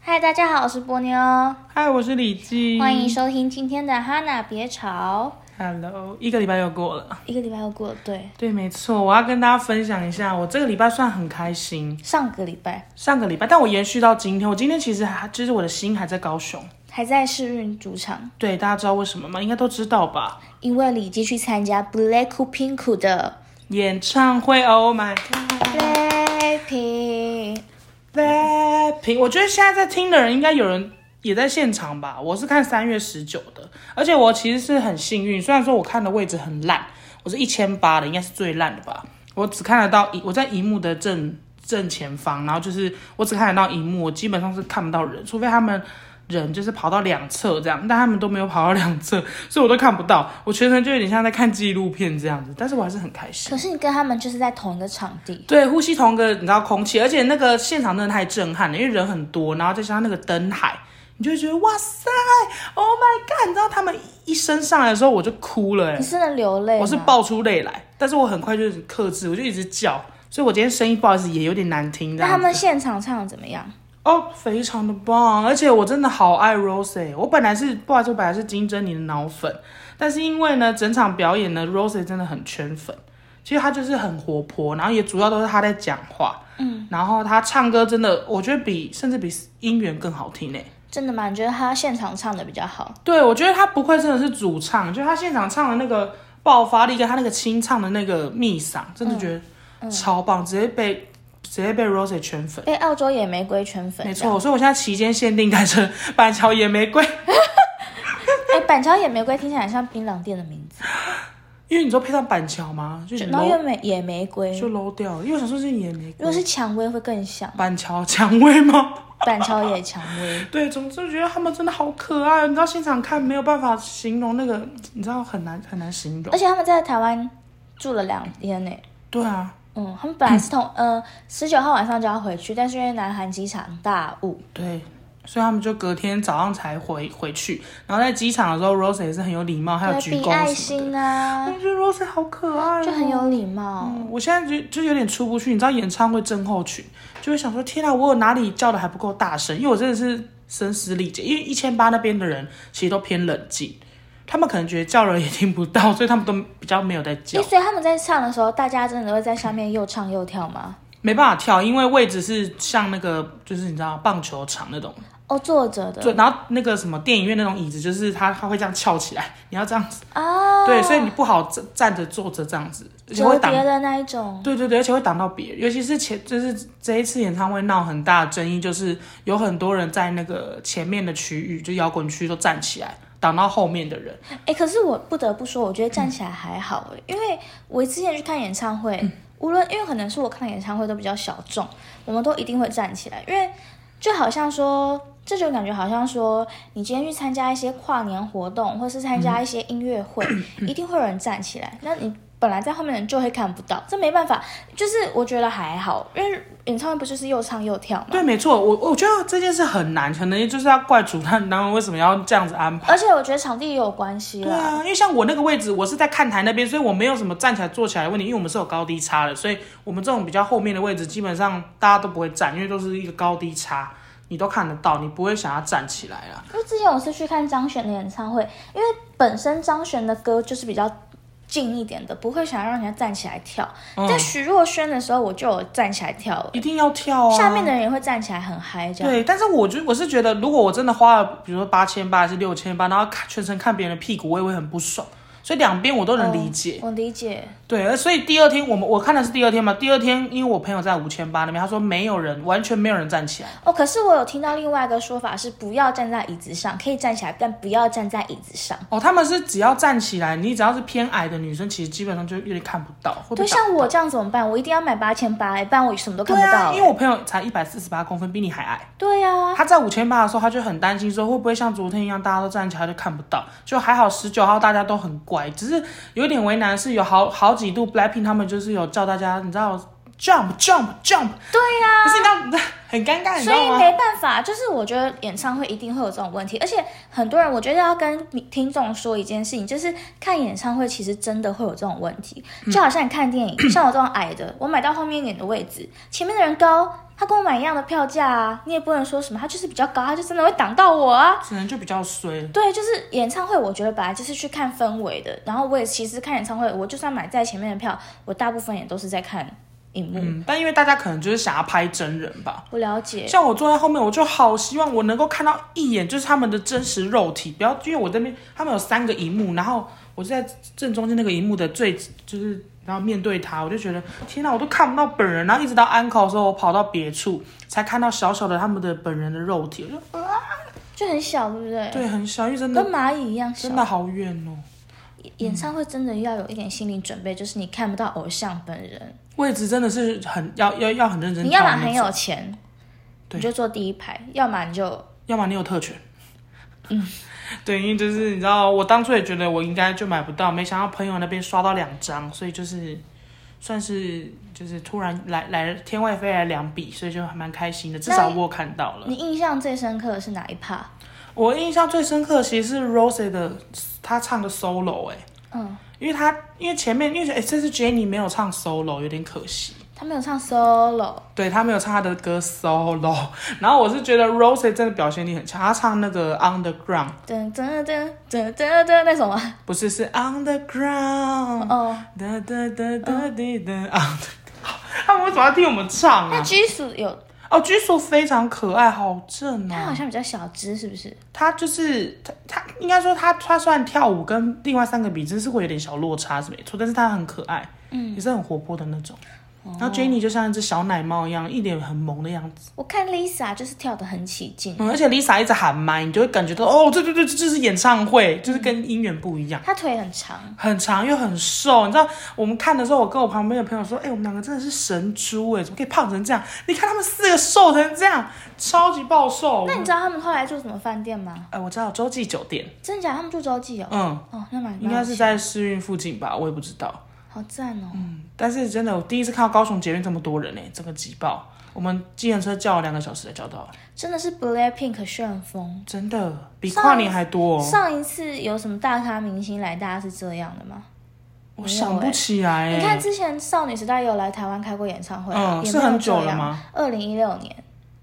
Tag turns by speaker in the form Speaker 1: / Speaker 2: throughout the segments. Speaker 1: 嗨，大家好，我是波妞，
Speaker 2: 嗨，我是李记，
Speaker 1: 欢迎收听今天的哈娜别吵。
Speaker 2: Hello，一个礼拜又过了。
Speaker 1: 一个礼拜又过了，对，
Speaker 2: 对，没错，我要跟大家分享一下，我这个礼拜算很开心。
Speaker 1: 上个礼拜
Speaker 2: 上个礼拜，但我延续到今天，我今天其实还就是我的心还在高雄。
Speaker 1: 还在试运主场，
Speaker 2: 对，大家知道为什么吗？应该都知道吧。
Speaker 1: 因为李基去参加 Black Pink 的
Speaker 2: 演唱会，Oh my
Speaker 1: Blackpink，
Speaker 2: Blackpink，我觉得现在在听的人应该有人也在现场吧。我是看三月十九的，而且我其实是很幸运，虽然说我看的位置很烂，我是一千八的，应该是最烂的吧。我只看得到一，我在荧幕的正正前方，然后就是我只看得到荧幕，我基本上是看不到人，除非他们。人就是跑到两侧这样，但他们都没有跑到两侧，所以我都看不到。我全程就有点像在看纪录片这样子，但是我还是很开心
Speaker 1: 可。是你跟他们就是在同一个场地，
Speaker 2: 对，呼吸同个你知道空气，而且那个现场真的太震撼了，因为人很多，然后再加上那个灯海，你就会觉得哇塞，Oh my god！你知道他们一升上来的时候我就哭了、
Speaker 1: 你
Speaker 2: 欸，
Speaker 1: 是啊能流泪吗？
Speaker 2: 我是爆出泪来，但是我很快就是克制，我就一直叫，所以我今天声音不好意思也有点难听这
Speaker 1: 那
Speaker 2: 样子。
Speaker 1: 他们现场唱的怎么样？
Speaker 2: 哦，非常的棒，而且我真的好爱 Rose，欸我本来是不好意思，我本来是金珍妮的脑粉，但是因为呢，整场表演呢，Rose 真的很圈粉。其实她就是很活泼，然后也主要都是她在讲话，嗯，然后她唱歌真的，我觉得比甚至比音源更好听呢。欸
Speaker 1: 真的吗？你觉得他现场唱的比较好？
Speaker 2: 对，我觉得她不愧真的是主唱，就她现场唱的那个爆发力，跟她那个清唱的那个密嗓，真的觉得超棒，直接被直接被 Rose 圈粉。
Speaker 1: 被澳洲野玫瑰圈粉，
Speaker 2: 没。错，所以我现在期间限定改成板桥野玫瑰，
Speaker 1: 哎，板桥野玫瑰听起来很像槟榔店的名字，
Speaker 2: 因为你知道配上板桥吗？就
Speaker 1: 然后
Speaker 2: 搂
Speaker 1: 又美野玫瑰，
Speaker 2: 就搂掉了，因为我想说是野玫
Speaker 1: 如果
Speaker 2: 瑰，
Speaker 1: 是蔷薇会更像，
Speaker 2: 板桥蔷薇吗？
Speaker 1: 板桥野蔷薇。
Speaker 2: 对，总之我觉得他们真的好可爱，你知道现场看没有办法形容那个，你知道很难很难形容
Speaker 1: 而。且他们在台湾住了两天呢。
Speaker 2: 对啊，
Speaker 1: 嗯，他们本来是同、 呃十九号晚上就要回去，但是因为南韩机场大雾，
Speaker 2: 对，所以他们就隔天早上才回回去，然后在机场的时候，Rose 也是很有礼貌，还有鞠
Speaker 1: 对比
Speaker 2: 躬
Speaker 1: 爱
Speaker 2: 什么的。
Speaker 1: 心啊
Speaker 2: 我，觉得 Rose 好可爱、哦，
Speaker 1: 就很有礼貌。
Speaker 2: 嗯我现在就就有点出不去，你知道演唱会症候群，就会想说天啊，我有哪里叫的还不够大声？因为我真的是声嘶力竭，因为一千八那边的人其实都偏冷静，他们可能觉得叫了也听不到，所以他们都比较没有在
Speaker 1: 诶
Speaker 2: 叫，
Speaker 1: 所以他们在唱的时候，大家真的会在下面又唱又跳吗？
Speaker 2: 没办法跳，因为位置是像那个就是你知道棒球场那种，
Speaker 1: 哦，坐着
Speaker 2: 就
Speaker 1: 的
Speaker 2: 然后那个什么电影院那种椅子，就是它它会这样翘起来，你要这样子，
Speaker 1: 啊，
Speaker 2: 对，所以你不好站站着坐着这样子，而且会
Speaker 1: 折
Speaker 2: 挡
Speaker 1: 叠的那一种，
Speaker 2: 对对对，而且会挡到别人，尤其是前就是这一次演唱会闹很大的争议，就是有很多人在那个前面的区域，就摇滚区都站起来挡到后面的人。
Speaker 1: 哎、可是我不得不说，我觉得站起来还好哎、因为我之前去看演唱会，
Speaker 2: 嗯
Speaker 1: 无论因为可能是我看演唱会都比较小众，我们都一定会站起来，因为就好像说，这种感觉好像说，你今天去参加一些跨年活动，或是参
Speaker 2: 嗯
Speaker 1: 加一些音乐会，一定会有人站起来，那你。本来在后面的人就会看不到，这没办法，就是我觉得还好，因为演唱会不就是又唱又跳嘛。
Speaker 2: 对，没错，我我觉得这件事很难，可能就是要怪主办单位为什么要这样子安排。
Speaker 1: 而且我觉得场地也有关系
Speaker 2: 对
Speaker 1: 啦，
Speaker 2: 啊，因为像我那个位置，我是在看台那边，所以我没有什么站起来坐起来的问题，因为我们是有高低差的，所以我们这种比较后面的位置，基本上大家都不会站，因为都是一个高低差，你都看得到，你不会想要站起来啊啦。
Speaker 1: 因为之前我是去看张悬的演唱会，因为本身张悬的歌就是比较近一点的，不会想让人家站起来跳。
Speaker 2: 嗯
Speaker 1: 但徐若瑄的时候，我就有站起来跳了，
Speaker 2: 一定要跳啊！
Speaker 1: 下面的人也会站起来很嗨这样。
Speaker 2: 对，但是我觉我是觉得，如果我真的花了，比如说八千八还是六千八，然后看全程看别人的屁股，我也会很不爽。所以两边我都能理解。
Speaker 1: 嗯我理解，
Speaker 2: 对，呃而所以第二天我们我看的是第二天嘛，第二天因为我朋友在五千八那边，他说没有人，完全没有人站起来。
Speaker 1: 哦，可是我有听到另外一个说法是，不要站在椅子上，可以站起来，但不要站在椅子上。
Speaker 2: 哦，他们是只要站起来，你只要是偏矮的女生，其实基本上就有点看不到，会被
Speaker 1: 对，
Speaker 2: 挡
Speaker 1: 像我这样怎么办？我一定要买八千八，不然我什么都看
Speaker 2: 对
Speaker 1: 不
Speaker 2: 啊，
Speaker 1: 到欸
Speaker 2: 因。为我朋友才一百四十八公分，比你还矮。
Speaker 1: 对啊，
Speaker 2: 他在五千八的时候，他就很担心说会不会像昨天一样，大家都站起来就看不到。就还好十九号大家都很乖，只是有点为难的是有好好几度 Blackpink 他们就是有叫大家，你知道 jump jump jump，
Speaker 1: 对呀、
Speaker 2: 可是你知道很尴哎尬，你知
Speaker 1: 所以
Speaker 2: 道
Speaker 1: 没
Speaker 2: 吗？
Speaker 1: 办法，就是我觉得演唱会一定会有这种问题，而且很多人我觉得要跟听众说一件事情，就是看演唱会其实真的会有这种问题，
Speaker 2: 嗯
Speaker 1: 就好像你看电影， 像我这种矮的，我买到后面一点的位置，前面的人高，他跟我买一样的票价啊，你也不能说什么，他就是比较高，他就真的会挡到我啊。
Speaker 2: 只能就比较衰，
Speaker 1: 对，就是演唱会，我觉得本来就是去看氛围的。然后我也其实看演唱会，我就算买在前面的票，我大部分也都是在看荧幕。
Speaker 2: 嗯，但因为大家可能就是想要拍真人吧，
Speaker 1: 我了解，
Speaker 2: 像我坐在后面，我就好希望我能够看到一眼，就是他们的真实肉体，不要因为我这边他们有三个荧幕，然后我是在正中间那个荧幕的最就是，然后面对他，我就觉得天哪，我都看不到本人，然后一直到安考的时候，我跑到别处才看到小小的他们的本人的肉体，我就
Speaker 1: 就很小，对不对？
Speaker 2: 对很小，因为真
Speaker 1: 跟
Speaker 2: 的
Speaker 1: 蚂蚁一样小
Speaker 2: 真。的好远哦，
Speaker 1: 演唱会真的要有一点心理准备，就是你看不到偶像本人，
Speaker 2: 位置真的是很要要要很认真
Speaker 1: 你
Speaker 2: 挑那种，
Speaker 1: 要么很有钱，
Speaker 2: 对
Speaker 1: 你就坐第一排，要么你就
Speaker 2: 要么你有特权。 嗯，对，因为就是你知道，我当初也觉得我应该就买不到，没想到朋友那边刷到两张，所以就是算是就是突然来来天外飞来两笔，所以就还蛮开心的，至少我有看到了。
Speaker 1: 你印象最深刻的是哪一趴？
Speaker 2: 我印象最深刻的其实是 Rose 的她唱的 solo 哎、
Speaker 1: 嗯，
Speaker 2: 因为她因为前面因为哎、这次 Jenny 没有唱 solo，有点可惜。
Speaker 1: 他没有唱 solo，
Speaker 2: 对她没有唱她的歌 solo，然后我是觉得 Rose 真的表现力很强，她唱那个 On the Ground，
Speaker 1: 噔噔噔噔噔噔那首吗？
Speaker 2: 不是是 On the Ground，
Speaker 1: 哦，
Speaker 2: 哒哒哒哒滴哒啊！他们为什么要听我们唱
Speaker 1: 那
Speaker 2: 啊？
Speaker 1: G 属有，
Speaker 2: 哦，居所非常可爱，好正
Speaker 1: 他好
Speaker 2: 哦。
Speaker 1: 像比较小只，是不是？
Speaker 2: 他就是他，他应该说他，他虽然跳舞跟另外三个比，真是会有点小落差是没错，但是他很可爱，嗯，也是很活泼的那种。然后 Jenny 就像一只小奶猫一样，一脸很萌的样子。
Speaker 1: 我看 Lisa 就是跳得很起劲，
Speaker 2: 嗯，而且 Lisa 一直喊麦，你就会感觉到哦，对对对，这就是演唱会，就是跟音源不一样。
Speaker 1: 她腿很长，
Speaker 2: 很长又很瘦，你知道我们看的时候，我跟我旁边的朋友说，哎、我们两个真的是神猪哎、怎么可以胖成这样？你看他们四个瘦成这样，超级暴瘦。
Speaker 1: 那你
Speaker 2: 哎、
Speaker 1: 知道他们后来住什么饭店吗？
Speaker 2: 我知道洲际酒店，
Speaker 1: 真假？他们住洲际哦。
Speaker 2: 嗯，
Speaker 1: 哦，那蛮蛮
Speaker 2: 应该是
Speaker 1: 有钱
Speaker 2: 在嗯市运附近吧，我也不知道。
Speaker 1: 好赞哦。
Speaker 2: 但是真的，我第一次看到高雄捷运这么多人哎、整个挤爆。我们计程车叫了两个小时才叫到，
Speaker 1: 真的是 Blackpink 旋风。
Speaker 2: 真的比跨年还多、哦。
Speaker 1: 上一次有什么大咖明星来，大家是这样的吗？
Speaker 2: 我想不起来
Speaker 1: 你
Speaker 2: 哎、
Speaker 1: 看之前少女时代有来台湾开过演唱会啊，
Speaker 2: 嗯，
Speaker 1: 也
Speaker 2: 是
Speaker 1: 没有
Speaker 2: 很久
Speaker 1: 这
Speaker 2: 了
Speaker 1: 样？
Speaker 2: 吗？
Speaker 1: 二零一六年，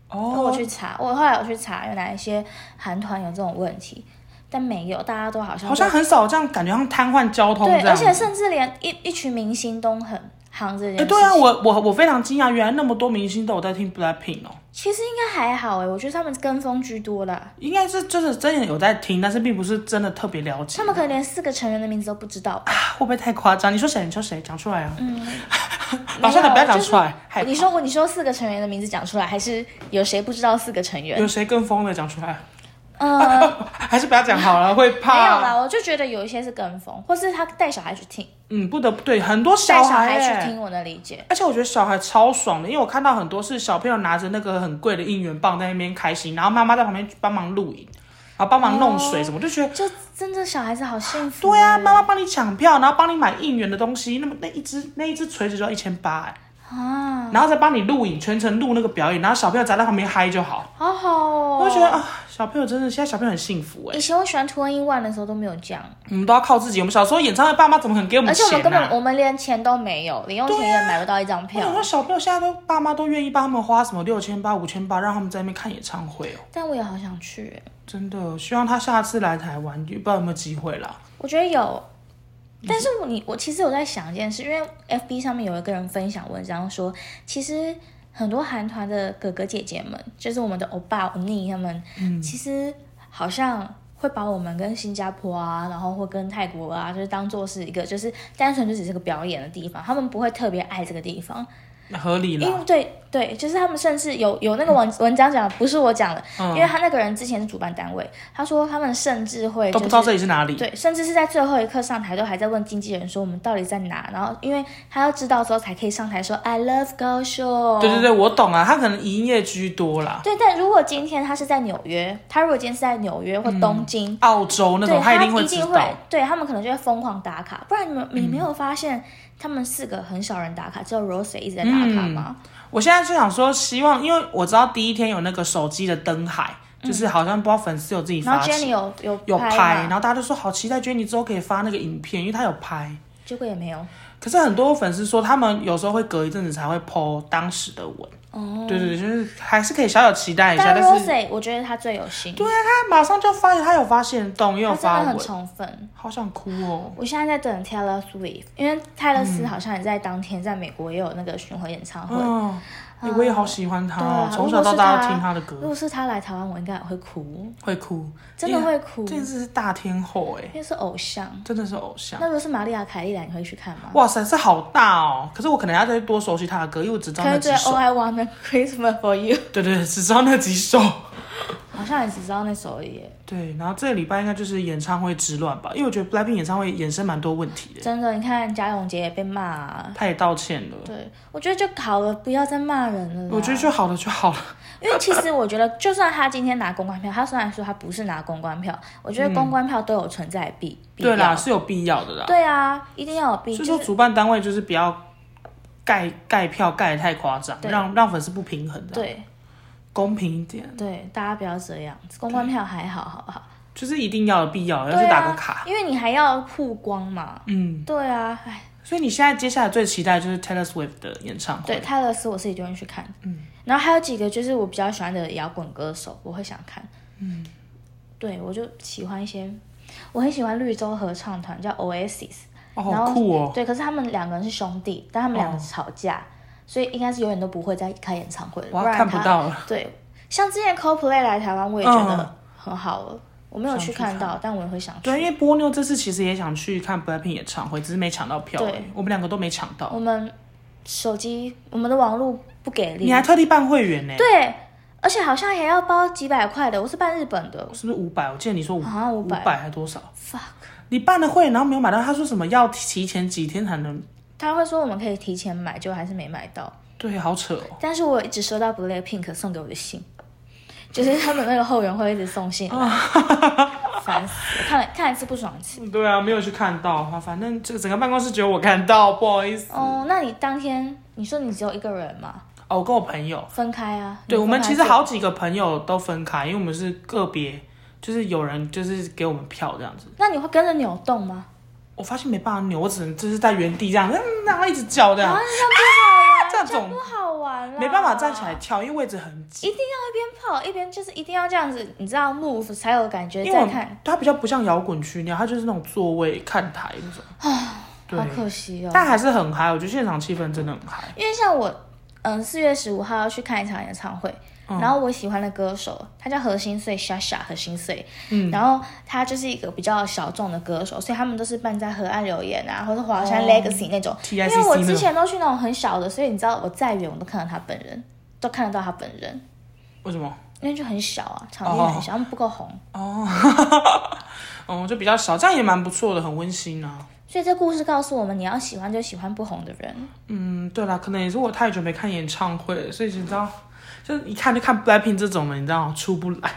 Speaker 1: 然后我
Speaker 2: 哦，
Speaker 1: 去查，我后来我去查有哪一些韩团有这种问题，但没有，大家都好像
Speaker 2: 好像很少这样，感觉像瘫痪交通
Speaker 1: 对，
Speaker 2: 这样
Speaker 1: 而
Speaker 2: 子。
Speaker 1: 且甚至连一一群明星都很行这件
Speaker 2: 哎、
Speaker 1: 事。
Speaker 2: 对啊，我我我非常惊讶，原来那么多明星都有在听 Blackpink 哦，
Speaker 1: 其实应该还好哎，我觉得他们跟风居多啦，
Speaker 2: 应该是就是真的有在听，但是并不是真的特别了解。
Speaker 1: 他们可能连四个成员的名字都不知道吧。
Speaker 2: 啊会不会太夸张？你说谁？你说谁？讲出来啊！嗯，
Speaker 1: 没
Speaker 2: 老
Speaker 1: 有
Speaker 2: 算了，不要
Speaker 1: 就
Speaker 2: 讲
Speaker 1: 是
Speaker 2: 出来。害怕
Speaker 1: 你说我，你说四个成员的名字讲出来，还是有谁不知道四个成员？
Speaker 2: 有谁更疯的讲出来？
Speaker 1: 呃， 没
Speaker 2: 还是不要讲好了，会怕。
Speaker 1: 有啦，我就觉得有一些是跟风，或是他带小孩去听，
Speaker 2: 嗯，不得不对，很多
Speaker 1: 带
Speaker 2: 小
Speaker 1: 小
Speaker 2: 孩、
Speaker 1: 孩
Speaker 2: 欸、
Speaker 1: 去听，我能理解。
Speaker 2: 而且我觉得小孩超爽的，因为我看到很多是小朋友拿着那个很贵的应援棒在那边开心，然后妈妈在旁边帮忙录影，啊，帮忙弄
Speaker 1: 哦
Speaker 2: 水什么，我就觉得
Speaker 1: 就真的小孩子好幸福。
Speaker 2: 对啊，妈妈帮你抢票，然后帮你买应援的东西，那么那一只那一只锤子就要一千八哎，
Speaker 1: 啊，
Speaker 2: 然后再帮你录影，全程录那个表演，然后小朋友站在旁边嗨就好。
Speaker 1: 好好哦。
Speaker 2: 我就觉得啊，小朋友真的现在小朋友很幸福哎、
Speaker 1: 以前我喜欢 t w i n One 的时候都没有这样，
Speaker 2: 我们都要靠自己。我们小时候演唱会，爸妈怎么可能给我
Speaker 1: 而
Speaker 2: 们
Speaker 1: 且我们
Speaker 2: 钱
Speaker 1: 根
Speaker 2: 呢、
Speaker 1: 本
Speaker 2: 啊？
Speaker 1: 我们连钱都没有，零用钱也买不到一张
Speaker 2: 我
Speaker 1: 票
Speaker 2: 想。说，小朋友现在都爸妈都愿意帮他们花什么六千八、五千八，让他们在那边看演唱会哦。
Speaker 1: 但我也好想去，
Speaker 2: 真的，希望他下次来台湾，不知道有没有机会啦。
Speaker 1: 我觉得有。但是我你我其实有在想一件事，因为 F B 上面有一个人分享文章说，其实很多韩团的哥哥姐姐们，就是我们的欧巴欧尼他们，
Speaker 2: 嗯
Speaker 1: 其实好像会把我们跟新加坡啊，然后或跟泰国啊，就是当做是一个就是单纯就只是个表演的地方，他们不会特别爱这个地方，
Speaker 2: 合理
Speaker 1: 因
Speaker 2: 啦，
Speaker 1: 为对对，就是他们甚至有有那个文文章讲，不是我讲的，
Speaker 2: 嗯
Speaker 1: 因为他那个人之前是主办单位，他说他们甚至会、就
Speaker 2: 都
Speaker 1: 是、
Speaker 2: 不知道这里是哪里。
Speaker 1: 对，甚至是在最后一刻上台都还在问经纪人说我们到底在哪，然后因为他要知道之后才可以上台说 I love 高雄。
Speaker 2: 对对对，我懂啊，他可能营业居多啦，
Speaker 1: 对但如果今天他是在纽约，他如果今天是在纽约或东京，
Speaker 2: 澳洲嗯那
Speaker 1: 对
Speaker 2: 种
Speaker 1: 他
Speaker 2: 一定
Speaker 1: 会
Speaker 2: 知道。嗯
Speaker 1: 对他们可能就会疯狂打卡，不然你们你没有发现他们四个很少人打卡，只有 Rose 一直在打
Speaker 2: 嗯
Speaker 1: 卡吗？
Speaker 2: 我现在就想说，希望因为我知道第一天有那个手机的灯海，就是好像不知道粉丝有自己
Speaker 1: 嗯然
Speaker 2: 发
Speaker 1: 后
Speaker 2: 起
Speaker 1: Jenny 有有
Speaker 2: 有
Speaker 1: 拍
Speaker 2: 拍，然
Speaker 1: 嘛，
Speaker 2: 后大家就说好期待 Jenny 之后可以发那个影片，因为她有拍。
Speaker 1: 结果也没有。
Speaker 2: 可是很多粉丝说，他们有时候会隔一阵子才会 PO 当时的文。
Speaker 1: 哦，
Speaker 2: 对对对，就是还是可以小小期待一下，
Speaker 1: 但
Speaker 2: 但是
Speaker 1: Rose 我觉得他最有心，
Speaker 2: 对啊，他马上就发，他有发现动，也有
Speaker 1: 他真的
Speaker 2: 发
Speaker 1: 很
Speaker 2: 文，
Speaker 1: 宠粉。
Speaker 2: 好想哭哦。
Speaker 1: 我现在在等 Taylor Swift，因为泰勒斯好像也在当天在美国也有那个巡回演唱会。
Speaker 2: 嗯，哎我也好喜欢他
Speaker 1: 对
Speaker 2: 哦
Speaker 1: 啊，，
Speaker 2: 从小到大都听他的
Speaker 1: 如
Speaker 2: 歌，
Speaker 1: 果是他来台湾，我应该也会哭，
Speaker 2: 会哭，
Speaker 1: 真的会哭，
Speaker 2: 因为这
Speaker 1: 因
Speaker 2: 次是大天后哎，
Speaker 1: 为是偶像。
Speaker 2: 真的是偶像。
Speaker 1: 那如果是玛丽亚凯莉来，你会去看吗？
Speaker 2: 哇塞，这好大哦！可是我可能要再多熟悉他的歌，因为我只知道
Speaker 1: 可
Speaker 2: 那
Speaker 1: 能
Speaker 2: 几
Speaker 1: 对《All
Speaker 2: 首。
Speaker 1: I Want a Christmas for You》，
Speaker 2: 对对对，只知道那几首。
Speaker 1: 好像也只知道那首而已耶。
Speaker 2: 对，然后这个礼拜应该就是演唱会之乱吧，因为我觉得 BLACKPINK 演唱会衍生蛮多问题的，
Speaker 1: 真的，你看贾永杰也被骂、啊，
Speaker 2: 他也道歉了。
Speaker 1: 对啊我觉得就好了，不要再骂人了啦。
Speaker 2: 我觉得就好了就好了。
Speaker 1: 因为其实我觉得，就算他今天拿公关票，他虽然说他不是拿公关票，我觉得公关票都有存在的必、必要。
Speaker 2: 对啦，是有必要的啦。
Speaker 1: 对啊，一定要有必，
Speaker 2: 所以
Speaker 1: 就
Speaker 2: 说
Speaker 1: 是
Speaker 2: 主办单位就是不要盖盖票盖得太夸张，
Speaker 1: 对
Speaker 2: 让让粉丝不平衡的，
Speaker 1: 对
Speaker 2: 公平一点，
Speaker 1: 对，大家不要这样子，公关票还好，好不好？
Speaker 2: 就是一定要的必要，
Speaker 1: 对
Speaker 2: 要去打个卡。
Speaker 1: 啊，因为你还要曝光嘛。
Speaker 2: 嗯，
Speaker 1: 对啊，哎，
Speaker 2: 所以你现在接下来最期待就是 Taylor Swift 的演唱会。
Speaker 1: 对，泰勒斯我是一定会去看，嗯，然后还有几个就是我比较喜欢的摇滚歌手，我会想看，嗯，对我就喜欢一些，我很喜欢绿洲合唱团叫 Oasis，
Speaker 2: 哦，
Speaker 1: 然
Speaker 2: 好
Speaker 1: 后
Speaker 2: 酷哦！
Speaker 1: 对，可是他们两个人是兄弟，但他们两个吵架，所以应该是永远都不会再开演唱会了。
Speaker 2: 我要
Speaker 1: 不然
Speaker 2: 看不
Speaker 1: 他。
Speaker 2: 到了。
Speaker 1: 对，像之前 Coldplay 来台湾，我也觉
Speaker 2: 嗯
Speaker 1: 得很好了。我没有去看到，但我也会想去。
Speaker 2: 对，因为波妞这次其实也想去看 BLACKPINK 演唱会，只是没抢到票而已。
Speaker 1: 对
Speaker 2: 我们两个都没抢到。
Speaker 1: 我们手机，我们的网络不给力
Speaker 2: 你。还特地办会员呢、
Speaker 1: 对，而且好像还要包几百块的。我是办日本的
Speaker 2: 是不是五百？我记得你说五
Speaker 1: 好像
Speaker 2: 啊五
Speaker 1: 500
Speaker 2: 百还多少？
Speaker 1: ，fuck。
Speaker 2: 你办了会，然后没有买到，他说什么要提前几天才能？
Speaker 1: 他会说我们可以提前买，结果还是没买到。
Speaker 2: 对，好扯哦。
Speaker 1: 但是我一直收到 BLACKPINK 送给我的信，就是他们那个后援会一直送信来，
Speaker 2: 哦
Speaker 1: 烦死了！看了看一次不爽气。
Speaker 2: 对啊，没有去看到啊，反正这整个办公室只有我看到，不好意思。
Speaker 1: 哦，那你当天你说你只有一个人嘛？
Speaker 2: 哦，我跟我朋友，
Speaker 1: 分开啊？
Speaker 2: 对
Speaker 1: 你
Speaker 2: 我们
Speaker 1: 分开
Speaker 2: 其实
Speaker 1: 住
Speaker 2: 好几个朋友都分开，因为我们是个别，就是有人就是给我们票这样子。
Speaker 1: 那你会跟着扭动吗？
Speaker 2: 我发现没办法扭，我只能就是在原地这样，嗯，然后一直叫这样，
Speaker 1: 啊，那
Speaker 2: 这样
Speaker 1: 这样不好玩，这样
Speaker 2: 总
Speaker 1: 不好玩啦，
Speaker 2: 没办法站起来，跳，因为位置很挤。
Speaker 1: 一定要一边跑一边就是一定要这样子，你知道 move 才有感觉
Speaker 2: 因为我
Speaker 1: 再看，
Speaker 2: 它比较不像摇滚区那样，它就是那种座位看台那
Speaker 1: 嗯
Speaker 2: 种。对
Speaker 1: 好，可惜哦。
Speaker 2: 但还是很嗨，我觉得现场气氛真的很嗨。
Speaker 1: 因为像我，嗯，四月十五号要去看一场演唱会，
Speaker 2: 嗯
Speaker 1: 然后我喜欢的歌手他叫何心碎，傻傻何心碎，嗯，然后他就是一个比较小众的歌手，所以他们都是办在河岸留言
Speaker 2: 哦
Speaker 1: 啊，或者华山 Legacy 那种，因
Speaker 2: TICC
Speaker 1: 为我之
Speaker 2: 那种
Speaker 1: 前都去那种很小的，所以你知道我再远我都看到他本人，都看得到他本人，
Speaker 2: 为什么？
Speaker 1: 因为就很小啊，场地很小，他们不够红，
Speaker 2: 哦，就比较少，这样也蛮不错的，很温馨啊。
Speaker 1: 所以这故事告诉我们，你要喜欢就喜欢不红的人，
Speaker 2: 嗯，对啦，可能也是我太久没看演唱会了，所以你知道，就是一看就看 BLACKPINK 这种的，你知道出不来，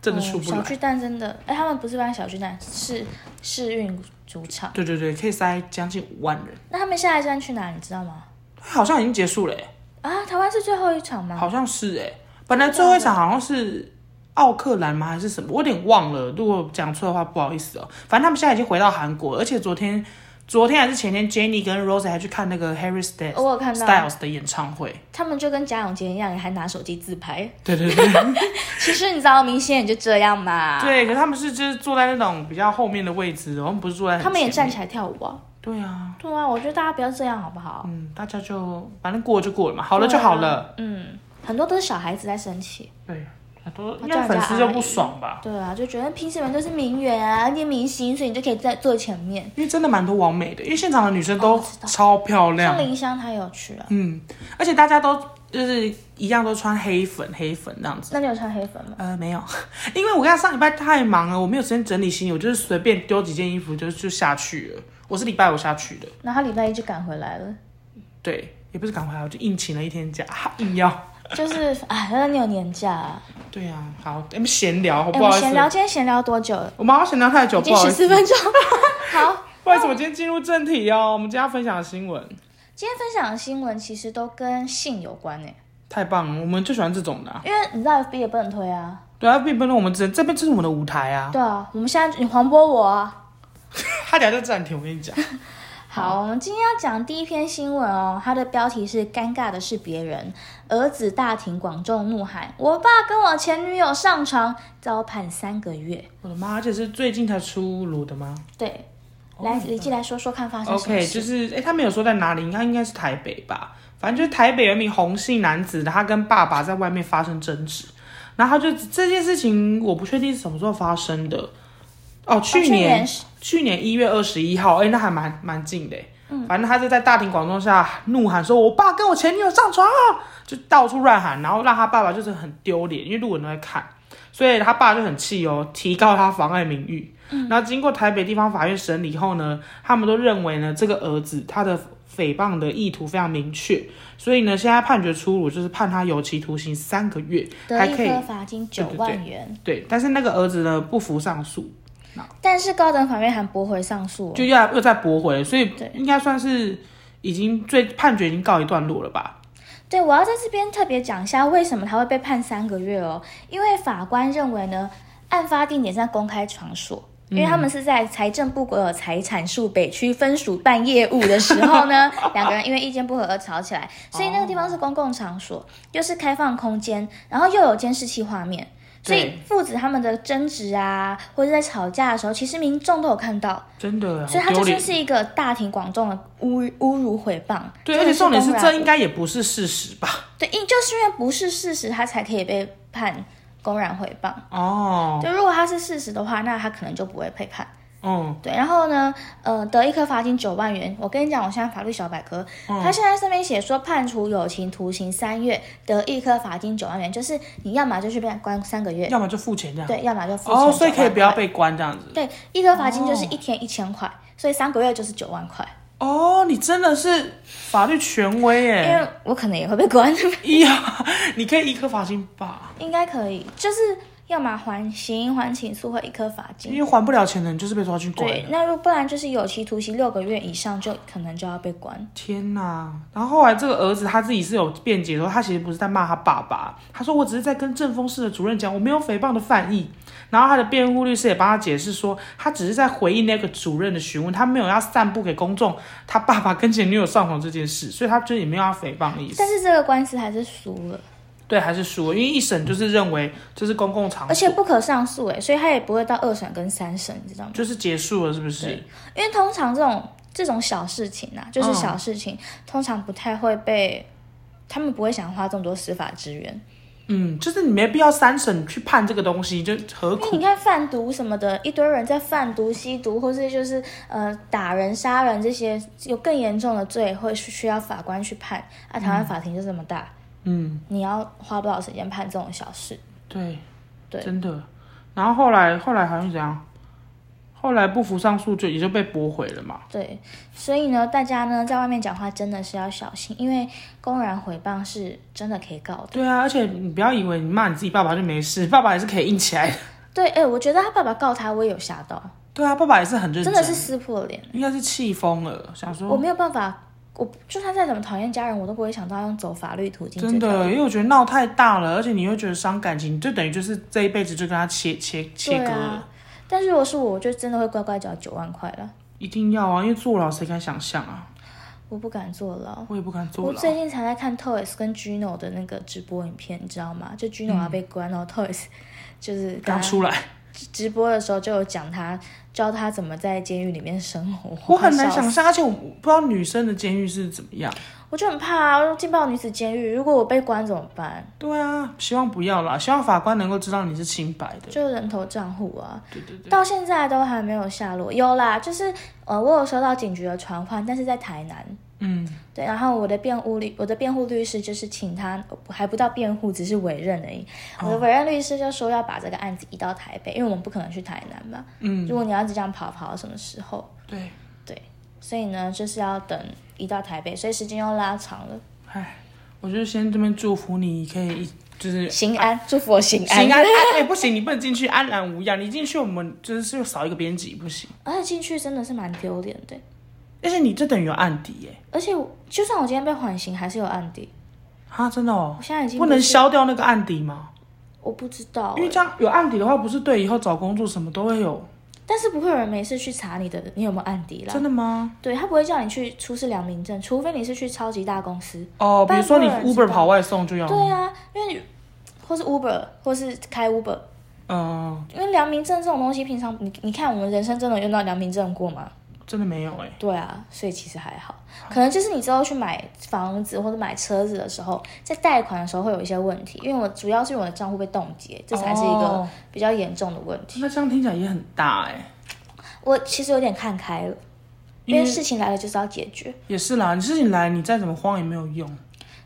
Speaker 2: 真的出不
Speaker 1: 哦
Speaker 2: 来。
Speaker 1: 小巨蛋真的，哎，他们不是办小巨蛋，是世运主场。
Speaker 2: 对对对，可以塞将近五万人，哎
Speaker 1: 那他们下一站去哪？你知道吗？
Speaker 2: 好像已经结束了耶、欸
Speaker 1: 啊，台湾是最后一场吗？
Speaker 2: 好像是哎、本来最后一场好像是奥克兰吗还是什么，我有点忘了。如果讲错的话，不好意思哦、反正他们现在已经回到韩国，而且昨天、昨天还是前天，Jenny 跟 Rose 还去看那个 Harry Styles
Speaker 1: 哦我有看到，
Speaker 2: Styles 的演唱会。
Speaker 1: 他们就跟贾永杰一样，也还拿手机自拍。
Speaker 2: 对对对
Speaker 1: 其实你知道，明星也就这样嘛。
Speaker 2: 对，可是他们是就是坐在那种比较后面的位置，我们不是坐在很
Speaker 1: 他们也
Speaker 2: 前
Speaker 1: 站
Speaker 2: 面。
Speaker 1: 起来跳舞啊。
Speaker 2: 对啊，
Speaker 1: 对啊，我觉得大家不要这样好不好？
Speaker 2: 嗯，大家就反正过了就过了
Speaker 1: 啊
Speaker 2: 嘛，好了就好了。
Speaker 1: 嗯，很多都是小孩子在生气。
Speaker 2: 对，很多
Speaker 1: 他
Speaker 2: 应
Speaker 1: 叫
Speaker 2: 该
Speaker 1: 人
Speaker 2: 粉
Speaker 1: 家
Speaker 2: 丝
Speaker 1: 阿
Speaker 2: 就不
Speaker 1: 姨
Speaker 2: 爽吧，
Speaker 1: 对啊，就觉得凭什么都是名媛啊，你明星，所以你就可以在坐前面。
Speaker 2: 因为真的蛮多完美的，因为现场的女生
Speaker 1: 哦
Speaker 2: 都
Speaker 1: 我知道
Speaker 2: 超漂亮
Speaker 1: 像。林湘她有去啊，
Speaker 2: 嗯，而且大家都就是一样都穿黑粉黑粉这样子。
Speaker 1: 那你有穿黑粉吗？
Speaker 2: 呃，没有， 因为我刚上礼拜太忙了，我没有时间整理行李，我就是随便丢几件衣服就就下去了。我是礼拜五下去的，
Speaker 1: 然后他礼拜一就赶回来了，
Speaker 2: 对，也不是赶啊回来，我就硬请了一天假， 硬要。
Speaker 1: 就是哎，那你有年假、啊？
Speaker 2: 对啊，好，咱们闲聊，好
Speaker 1: 哎、我
Speaker 2: 不好
Speaker 1: 们
Speaker 2: 意思？
Speaker 1: 闲聊，今天闲聊多久了？
Speaker 2: 我们好像闲聊太久，
Speaker 1: 已
Speaker 2: 不
Speaker 1: 经
Speaker 2: 好
Speaker 1: 十
Speaker 2: 意思
Speaker 1: 四。分钟。 好，
Speaker 2: 不好意思，我今天进入正题哦。我们今天要分享的新闻
Speaker 1: 今天分享的新闻其实都跟性有关呢、欸
Speaker 2: 太棒了，我们就喜欢这种的、啊。
Speaker 1: 因为你知道 FB 也不能推啊。
Speaker 2: 对啊，并不能我们这这边就是我们的舞台啊。
Speaker 1: 对啊，我们现在你黄播我啊。
Speaker 2: 他等下就暂停，我跟你讲。
Speaker 1: 好，我们今天要讲第一篇新闻哦，它的标题是“尴尬的是别人”，儿子大庭广众怒喊：“我爸跟我前女友上床，遭判三个月。
Speaker 2: 我的妈，而且是最近才出炉的吗”
Speaker 1: 对，来李记来说说看发生什么
Speaker 2: Oh ？OK，
Speaker 1: 事。
Speaker 2: 就是哎、他没有说在哪里，应该应该是台北吧。反正就是台北有一名红姓男子，他跟爸爸在外面发生争执，然后他就这件事情我不确定是什么时候发生的。哦，
Speaker 1: 哦
Speaker 2: 去年去年一月二十一号，哎、那还蛮蛮近的。嗯，反正他就在大庭广众下怒喊说：“我爸跟我前女友上床啊！”就到处乱喊，然后让他爸爸就是很丢脸，因为路人都在看，所以他爸就很气哦，提告他妨碍名誉。嗯，然后经过台北地方法院审理后呢，他们都认为呢，这个儿子他的诽谤的意图非常明确，所以呢，现在判决出炉，就是判他有期徒刑三个月，
Speaker 1: 得
Speaker 2: 还
Speaker 1: 一
Speaker 2: 可以
Speaker 1: 颗罚金九万元，
Speaker 2: 对。但是那个儿子呢，不服上诉，
Speaker 1: 但是高等法院还驳回上诉哦、
Speaker 2: 就要又再驳回，所以
Speaker 1: 对
Speaker 2: 应该算是已经最判决已经告一段落了吧？
Speaker 1: 对，我要在这边特别讲一下为什么他会被判三个月哦，因为法官认为呢，案发地点在公开场所。因为他
Speaker 2: 嗯
Speaker 1: 们是在财政部国有财产署北区分署办业务的时候 呢，两个人因为意见不合而吵起来，所以那个地
Speaker 2: 哦
Speaker 1: 方是公共场所，又是开放空间，然后又有监视器画面，所以
Speaker 2: 对
Speaker 1: 父子他们的争执啊，或者在吵架的时候，其实民众都有看到，
Speaker 2: 真的，
Speaker 1: 所以
Speaker 2: 好
Speaker 1: 他就
Speaker 2: 丢脸
Speaker 1: 算。是一个大庭广众的侮侮辱诽谤。
Speaker 2: 对，
Speaker 1: 真
Speaker 2: 而
Speaker 1: 的
Speaker 2: 且重点是
Speaker 1: 公然
Speaker 2: 这应该也不是事实吧？
Speaker 1: 对，因就是因为不是事实，他才可以被判公然诽谤。
Speaker 2: 哦，
Speaker 1: 就如果他是事实的话，那他可能就不会被判。
Speaker 2: 嗯，
Speaker 1: 对，然后呢，呃，得一颗罚金九万元。我跟你讲，我现在法律小百科，
Speaker 2: 嗯
Speaker 1: 他现在上面写说判处有期徒刑三月，得一颗罚金九万元，就是你要么就去被关三个月，
Speaker 2: 要么就付钱这样。
Speaker 1: 对，要么就付
Speaker 2: 哦，
Speaker 1: 钱
Speaker 2: 所以可
Speaker 1: 9
Speaker 2: 以
Speaker 1: 万
Speaker 2: 不要
Speaker 1: 块
Speaker 2: 被哦关这样子。
Speaker 1: 对，一颗罚金就是一天一千块，所以三个月就是九万块。
Speaker 2: 哦，你真的是法律权威
Speaker 1: 因
Speaker 2: 耶！
Speaker 1: 为我可能也会被关，
Speaker 2: 呀，你可以一颗罚金吧，
Speaker 1: 应该可以，就是要么缓刑、缓起诉或一颗罚金
Speaker 2: 因。为啊还不了钱的人就是被抓去关
Speaker 1: 对
Speaker 2: 了，。
Speaker 1: 那如不然就是有期徒刑六个月以上，就可能就要被关。
Speaker 2: 天呐！然后后来这个儿子他自己是有辩解说，他其实不是在骂他爸爸，他说我只是在跟正风室的主任讲，我没有诽谤的犯意。然后他的辩护律师也帮他解释说，他只是在回应那个主任的询问，他没有要散布给公众他爸爸跟前女友上床这件事，所以他就也没有要诽谤的意思
Speaker 1: 但。是这个官司还是输了，
Speaker 2: 对，还是输了，因为一审就是认为这是公共场所，
Speaker 1: 而且不可上诉诶，所以他也不会到二审跟三审，你知道吗？
Speaker 2: 就是结束了，是不是
Speaker 1: 对？因为通常这种这种小事情啊，
Speaker 2: 嗯
Speaker 1: 就是小事情，通常不太会被，他们不会想花这么多司法资源，
Speaker 2: 嗯，就是你没必要三审去判这个东西，就何
Speaker 1: 因为
Speaker 2: 苦？
Speaker 1: 你看贩毒什么的，一堆人在贩毒、吸毒，或是就是呃打人、杀人这些有更严重的罪，会需需要法官去判啊。台湾法庭就这么大，嗯，你要花多少时间判这种小事？
Speaker 2: 对，
Speaker 1: 对
Speaker 2: 真的。然后后来后来好像怎样？后来不服上诉就也就被驳回了嘛。
Speaker 1: 对，所以呢，大家呢在外面讲话真的是要小心，因为公然诽谤是真的可以告的。
Speaker 2: 对啊，而且你不要以为你骂你自己爸爸就没事，爸爸也是可以硬起来的。
Speaker 1: 对，哎、我觉得他爸爸告他，我也有吓到，
Speaker 2: 对啊，爸爸也是很认
Speaker 1: 真
Speaker 2: 真，
Speaker 1: 的是撕破脸。
Speaker 2: 应该是气疯了，想
Speaker 1: 我
Speaker 2: 说
Speaker 1: 没有办法，我就算再怎么讨厌家人，我都不会想到用走法律途径。
Speaker 2: 真的，因为我觉得闹太大了，而且你又觉得伤感情，就等于就是这一辈子就跟他切切
Speaker 1: 对
Speaker 2: 切割了。
Speaker 1: 啊，但是如果是我，我就真的会乖乖缴九万块了，
Speaker 2: 一定要啊，因为坐牢谁敢想象啊？
Speaker 1: 我不敢坐牢。
Speaker 2: 我也不敢坐
Speaker 1: 我
Speaker 2: 牢。
Speaker 1: 最近才在看 Toys 跟 Gino 的那个直播影片，你知道吗？就 Gino 要被关，然后 Toys 就是跟
Speaker 2: 嗯刚
Speaker 1: 他
Speaker 2: 出来，
Speaker 1: 直播的时候就有讲他教他怎么在监狱里面生活。
Speaker 2: 我很难
Speaker 1: 笑
Speaker 2: 想
Speaker 1: 死，
Speaker 2: 象，而且我不知道女生的监狱是怎么样。
Speaker 1: 我就很怕啊，进不到女子监狱，如果我被关怎么办？
Speaker 2: 对啊，希望不要啦，希望法官能够知道你是清白的。
Speaker 1: 就人头账户啊，
Speaker 2: 对对对，
Speaker 1: 到现在都还没有下落。有啦，就是呃，我有收到警局的传唤，但是在台南，
Speaker 2: 嗯，
Speaker 1: 对，然后我的辩护律，我的辩护律师就是请他，呃还不到辩护，只是委任而已。
Speaker 2: 哦
Speaker 1: 我的委任律师就说要把这个案子移到台北，因为我们不可能去台南嘛。
Speaker 2: 嗯，
Speaker 1: 如果你要是这样跑，跑到什么时候？
Speaker 2: 对，
Speaker 1: 对，所以呢，就是要等移到台北，所以时间又拉长了。
Speaker 2: 唉，我就先这边祝福你，可以一就是
Speaker 1: 行安，祝福我行安。
Speaker 2: 啊行安安，哎，不行，你不能进去安然无恙，你进去我们就是又少一个编辑，不行。
Speaker 1: 而且进去真的是蛮丢脸的，
Speaker 2: 但是你这等于有案底耶，
Speaker 1: 而且我就算我今天被缓刑，还是有案底。
Speaker 2: 啊，真的哦
Speaker 1: 我，现在已经
Speaker 2: 不能
Speaker 1: 是，
Speaker 2: 消掉那个案底吗？
Speaker 1: 我不知道
Speaker 2: 因为
Speaker 1: 欸，
Speaker 2: 这样有案底的话，不是对以后找工作什么都会有，
Speaker 1: 但是不会有人没事去查你的，你有没有案底啦？
Speaker 2: 真的吗？
Speaker 1: 对他不会叫你去出示良民证，除非你是去超级大公司。
Speaker 2: 哦，比如说你
Speaker 1: 拜托
Speaker 2: Uber 跑外送就要，
Speaker 1: 对啊，因为你或是 Uber 或是开 Uber，
Speaker 2: 嗯，
Speaker 1: 因为良民证这种东西，平常你你看我们人生真的有用到良民证过吗？
Speaker 2: 真的没有哎，
Speaker 1: 对啊，所以其实还好，可能就是你之后去买房子或者买车子的时候，在贷款的时候会有一些问题，因为我主要是因为我的账户被冻结，这才是一个
Speaker 2: 哦
Speaker 1: 比较严重的问题。
Speaker 2: 那这样听起来也很大哎，
Speaker 1: 我其实有点看开了，因为事情来了就是要解决，
Speaker 2: 也是啦，你事情来，你再怎么慌也没有用。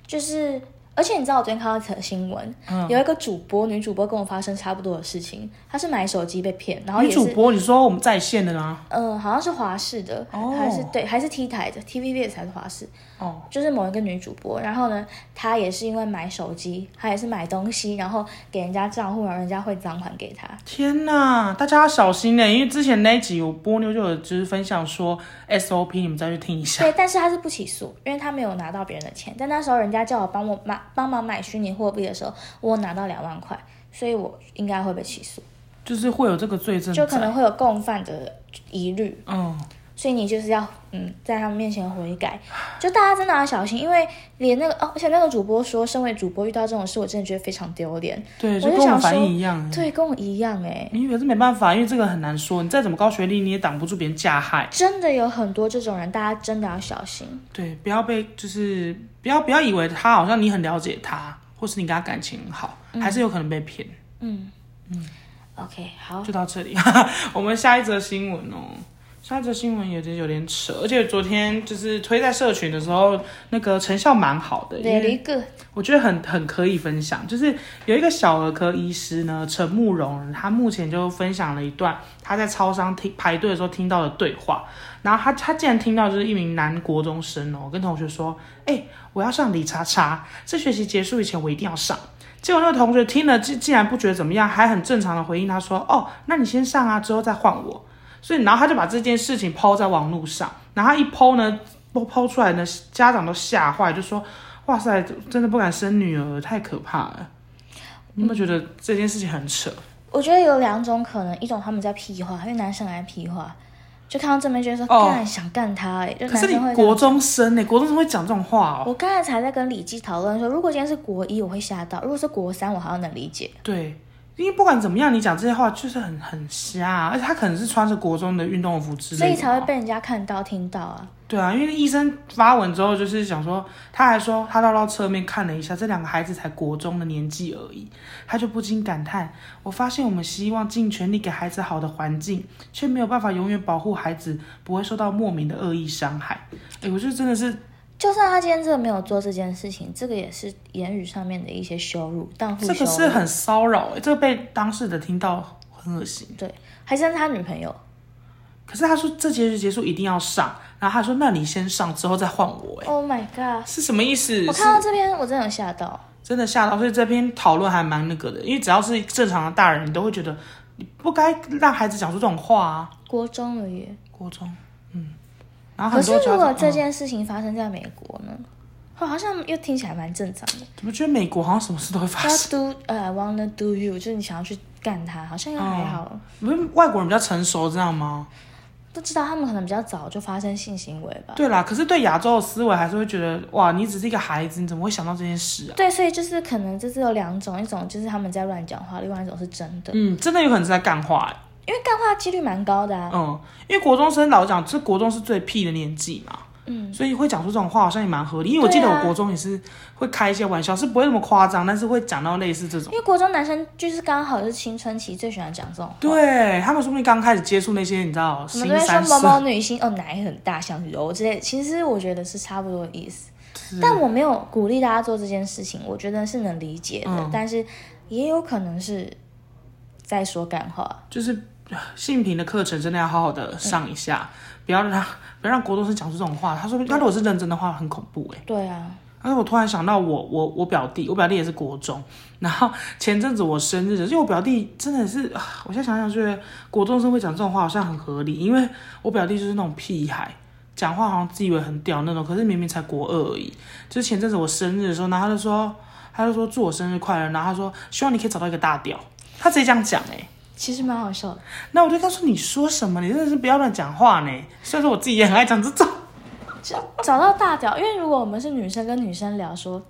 Speaker 1: 就是。而且你知道，我昨天看到一则新闻，
Speaker 2: 嗯
Speaker 1: 有一个主播，女主播跟我发生差不多的事情，她是买手机被骗，然后
Speaker 2: 女
Speaker 1: 也
Speaker 2: 主
Speaker 1: 是，
Speaker 2: 播，你说我们在线的啦，
Speaker 1: 呃，好像是华视的，
Speaker 2: 哦
Speaker 1: 还是对，还是 T 台的，TVB 才是华视，
Speaker 2: 哦，
Speaker 1: 就是某一个女主播，然后呢，她也是因为买手机，她也是买东西，然后给人家账户，然后人家汇赃款给她。
Speaker 2: 天呐，大家要小心欸呢，因为之前那一集我波妞就有就是分享说 SOP，你们再去听一下。
Speaker 1: 对，但是她是不起诉，因为她没有拿到别人的钱。但那时候人家叫我帮我买帮忙买虚拟货币的时候，我拿到两万块，所以我应该会被起诉，
Speaker 2: 就是会有这个罪证
Speaker 1: 就可
Speaker 2: 在
Speaker 1: 能会有共犯的疑虑。
Speaker 2: 嗯，
Speaker 1: 所以你就是要嗯，在他们面前悔改，就大家真的要小心，因为连那个哦，而且那个主播说，身为主播遇到这种事，我真的觉得非常丢脸。
Speaker 2: 对，
Speaker 1: 我
Speaker 2: 就
Speaker 1: 就
Speaker 2: 跟我
Speaker 1: 想
Speaker 2: 们反
Speaker 1: 说
Speaker 2: 应一样。
Speaker 1: 对，跟我一样哎、
Speaker 2: 你可是没办法，因为这个很难说，你再怎么高学历，你也挡不住别人加害。
Speaker 1: 真的有很多这种人，大家真的要小心。
Speaker 2: 对，不要被就是不要不要以为他好像你很了解他，或是你跟他感情很好，还是有可能被骗。
Speaker 1: 嗯嗯，OK，好，
Speaker 2: 就到这里， 我们下一则新闻哦。下一则新闻有点有点扯，而且昨天就是推在社群的时候，那个成效蛮好的，因为
Speaker 1: very good，
Speaker 2: 我觉得很很可以分享，就是有一个小儿科医师呢，陈慕容，他目前就分享了一段他在超商听排队的时候听到的对话，然后他他竟然听到就是一名男国中生哦，跟同学说，哎、我要上李叉叉，这学期结束以前我一定要上。结果那个同学听了竟竟然不觉得怎么样，还很正常的回应他说，哦，那你先上啊，之后再换我。所以然后他就把这件事情抛在网络上，然后他一抛呢，抛抛出来呢，家长都吓坏，就说。哇塞，真的不敢生女儿，太可怕了。
Speaker 1: 嗯
Speaker 2: 你有没有觉得这件事情很扯？
Speaker 1: 我觉得有两种可能，一种他们在屁话，因为男生爱屁话，就看到正面就会说
Speaker 2: 哦
Speaker 1: 干、想干他、欸，就
Speaker 2: 可
Speaker 1: 男
Speaker 2: 是
Speaker 1: 生
Speaker 2: 你
Speaker 1: 会
Speaker 2: 国
Speaker 1: 这样。
Speaker 2: 中生呢、国中生会讲这种话哦、
Speaker 1: 我刚才才在跟李记讨论说，如果今天是国一，我会吓到；如果是国三，我好像能理解。
Speaker 2: 对，因为不管怎么样，你讲这些话就是很很瞎、啊，而且他可能是穿着国中的运动服之
Speaker 1: 所
Speaker 2: 类
Speaker 1: 以
Speaker 2: 的，
Speaker 1: 才会。被人家看到、听到啊。
Speaker 2: 对啊，因为医生发文之后，就是想说，他还说他绕到侧面看了一下，这两个孩子才国中的年纪而已，他就不禁感叹：我发现我们希望尽全力给孩子好的环境，却没有办法永远保护孩子不会受到莫名的恶意伤害。哎，我觉得真的是
Speaker 1: 就算他今天真的没有做这件事情，这个也是言语上面的一些羞辱，荡妇
Speaker 2: 这
Speaker 1: 羞
Speaker 2: 个
Speaker 1: 辱。
Speaker 2: 是很骚扰、欸，这个被当事的听到很恶心。
Speaker 1: 对，还是他女朋友。
Speaker 2: 可是他说这节日结束一定要上，然后他说那你先上，之后再换我、欸，
Speaker 1: Oh my god！
Speaker 2: 是什么意思？
Speaker 1: 我
Speaker 2: 是
Speaker 1: 看到这边，我真的有吓到。
Speaker 2: 真的吓到，所以这篇讨论还蛮那个的，因为只要是正常的大人，你都会觉得你不该让孩子讲出这种话啊。
Speaker 1: 国中而已。
Speaker 2: 国中，嗯，然后
Speaker 1: 可
Speaker 2: 很
Speaker 1: 是
Speaker 2: 多
Speaker 1: 如
Speaker 2: 家
Speaker 1: 果
Speaker 2: 长，嗯
Speaker 1: 这件事情发生在美国呢？哦好像又听起来蛮正常的。
Speaker 2: 怎么觉得美国好像什么事都会发生？
Speaker 1: 要 do 呃、I wanna do you，就是你想要去干他，好像又
Speaker 2: 哦
Speaker 1: 还好。
Speaker 2: 不是外国人比较成熟，这样吗？
Speaker 1: 不知道他们可能比较早就发生性行为吧。
Speaker 2: 对啦，可是对亚洲的思维还是会觉得，哇，你只是一个孩子，你怎么会想到这件事啊？
Speaker 1: 对，所以就是可能就是有两种，一种就是他们在乱讲话，另外一种是真的，
Speaker 2: 嗯，真的有可能是在干话、欸，嗯
Speaker 1: 因为干话几率蛮高的啊。
Speaker 2: 嗯，因为国中生老实讲，这国中是最屁的年纪嘛，嗯，所以会讲出这种话好像也蛮合理，因为我记得
Speaker 1: 对啊
Speaker 2: 我国中也是会开一些玩笑，是不会那么夸张，但是会讲到类似这种。
Speaker 1: 因为国中男生就是刚好是青春期最喜欢讲这种话，
Speaker 2: 对啊他们说不定刚开始接触那些你知道
Speaker 1: 我们
Speaker 2: 新
Speaker 1: 都会说
Speaker 2: 三
Speaker 1: 某
Speaker 2: 色，
Speaker 1: 某女星哦奶很大像油之类，其实我觉得是差不多的意思。但我没有鼓励大家做这件事情，我觉得是能理解的，
Speaker 2: 嗯
Speaker 1: 但是也有可能是在说干话。
Speaker 2: 就是性平的课程真的要好好的上一下，不要让他不要让国中生讲出这种话。他说不定他如果是认真的话，很恐怖哎、
Speaker 1: 对啊，
Speaker 2: 但是我突然想到我我我表弟，我表弟也是国中，然后前阵子我生日，就我表弟真的是，啊我现在想想觉得国中生会讲这种话好像很合理，因为我表弟就是那种屁孩，讲话好像自以为很屌那种，可是明明才国二而已。就是前阵子我生日的时候，然后他就说他就说祝我生日快乐，然后他说希望你可以找到一个大屌，他直接这样讲哎、
Speaker 1: 其实蛮好笑的。
Speaker 2: 那我就跟他说你说什么？你真的是不要乱讲话呢。虽然说我自己也很爱讲这种，
Speaker 1: 就找到大屌，因为如果我们是女生跟女生聊说，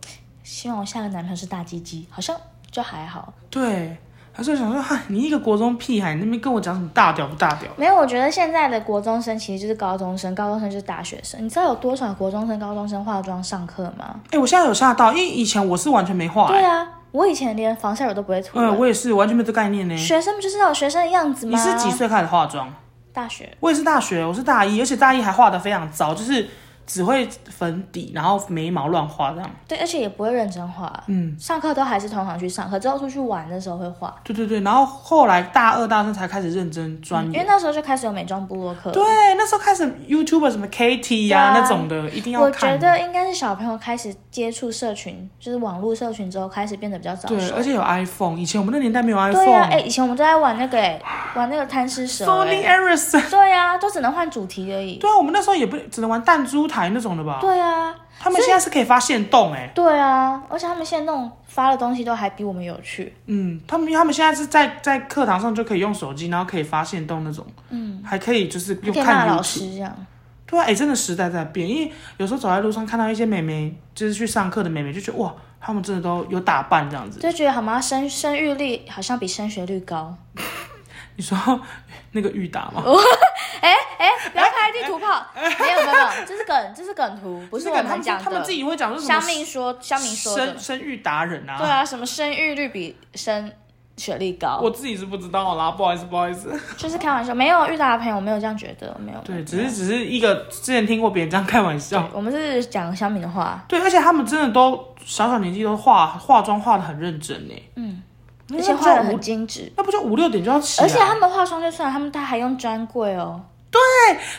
Speaker 1: 希望我下个男朋友是大鸡鸡，好像就还好。
Speaker 2: 对，他就想说哈，你一个国中屁孩，你那边跟我讲什么大屌不大屌？
Speaker 1: 没有，我觉得现在的国中生其实就是高中生，高中生就是大学生。你知道有多少国中生、高中生化妆上课吗？
Speaker 2: 哎、我现在有吓到，因为以前我是完全没画、欸，
Speaker 1: 对啊，我以前连防晒乳都不会涂的。
Speaker 2: 嗯，我也是完全没有这概念呢、
Speaker 1: 学生不就是那种学生的样子
Speaker 2: 你
Speaker 1: 吗？
Speaker 2: 是几？岁开始化妆？
Speaker 1: 大学。
Speaker 2: 我也是大学，我是大一，而且大一还画的非常糟，就是只会粉底，然后眉毛乱画这样。
Speaker 1: 对，而且也不会认真画。
Speaker 2: 嗯，
Speaker 1: 上课都还是同行去上课，之后出去玩的时候会画，
Speaker 2: 对对对，然后后来大二大三才开始认真钻
Speaker 1: 因
Speaker 2: 研。
Speaker 1: 为那时候就开始有美妆部落课。
Speaker 2: 嗯对，啊那时候开始 YouTuber 什么 KT 呀、
Speaker 1: 对啊
Speaker 2: 那种的，一定要
Speaker 1: 我觉
Speaker 2: 看。
Speaker 1: 得应该是小朋友开始接触社群，就是网络社群之后开始变得比较早
Speaker 2: 对，
Speaker 1: 熟。
Speaker 2: 而且有 iPhone，以前我们那年代没有 iPhone。
Speaker 1: 对呀、啊，哎、以前我们都在玩那个、哎，玩那个贪吃蛇、
Speaker 2: Sony
Speaker 1: 哎
Speaker 2: Ericsson。
Speaker 1: 对呀、啊，都只能换主题而已。
Speaker 2: 对啊，我们那时候也不只能玩弹珠台那种的吧？
Speaker 1: 对啊，
Speaker 2: 他们现在是可以发现洞哎、
Speaker 1: 对啊，而且他们现在弄发的东西都还比我们有趣。
Speaker 2: 嗯，他们他们现在是在在课堂上就可以用手机，然后可以发现洞那种，嗯，还可以就是
Speaker 1: 可
Speaker 2: 用
Speaker 1: 以骂
Speaker 2: 看
Speaker 1: 老
Speaker 2: YouTube
Speaker 1: 师这样，
Speaker 2: 对啊，哎、真的时代在变，因为有时候走在路上看到一些美眉，就是去上课的美眉，就觉得哇，她们真的都有打扮这样子。
Speaker 1: 就觉得好吗？生生育率好像比升学率 高。
Speaker 2: 你说那个裕达吗？
Speaker 1: 哦哎、不要拍地图 炮，没有没有没有，这是梗，这是梗图，不是
Speaker 2: 那
Speaker 1: 我
Speaker 2: 个他们
Speaker 1: 讲
Speaker 2: 他们
Speaker 1: 的
Speaker 2: 自。己会讲说什么
Speaker 1: 乡民说，乡民说的
Speaker 2: 生，生育达人啊。
Speaker 1: 对啊，什么生育率比升学率高，
Speaker 2: 我自己是不知道啦，不好意思，不好意思。
Speaker 1: 就是开玩笑。没有遇到的朋友，我没有这样觉得，没有。
Speaker 2: 对，只是只是一个之前听过别人这样开玩笑。
Speaker 1: 我们是讲乡民的话。
Speaker 2: 对，而且他们真的都小小年纪都化化妆化的很认真呢。嗯，
Speaker 1: 而
Speaker 2: 那
Speaker 1: 且
Speaker 2: 就
Speaker 1: 画的
Speaker 2: 五
Speaker 1: 很精致。
Speaker 2: 那不就五六点就要起来？
Speaker 1: 而且他们化妆就算了，他们他还用专柜哦。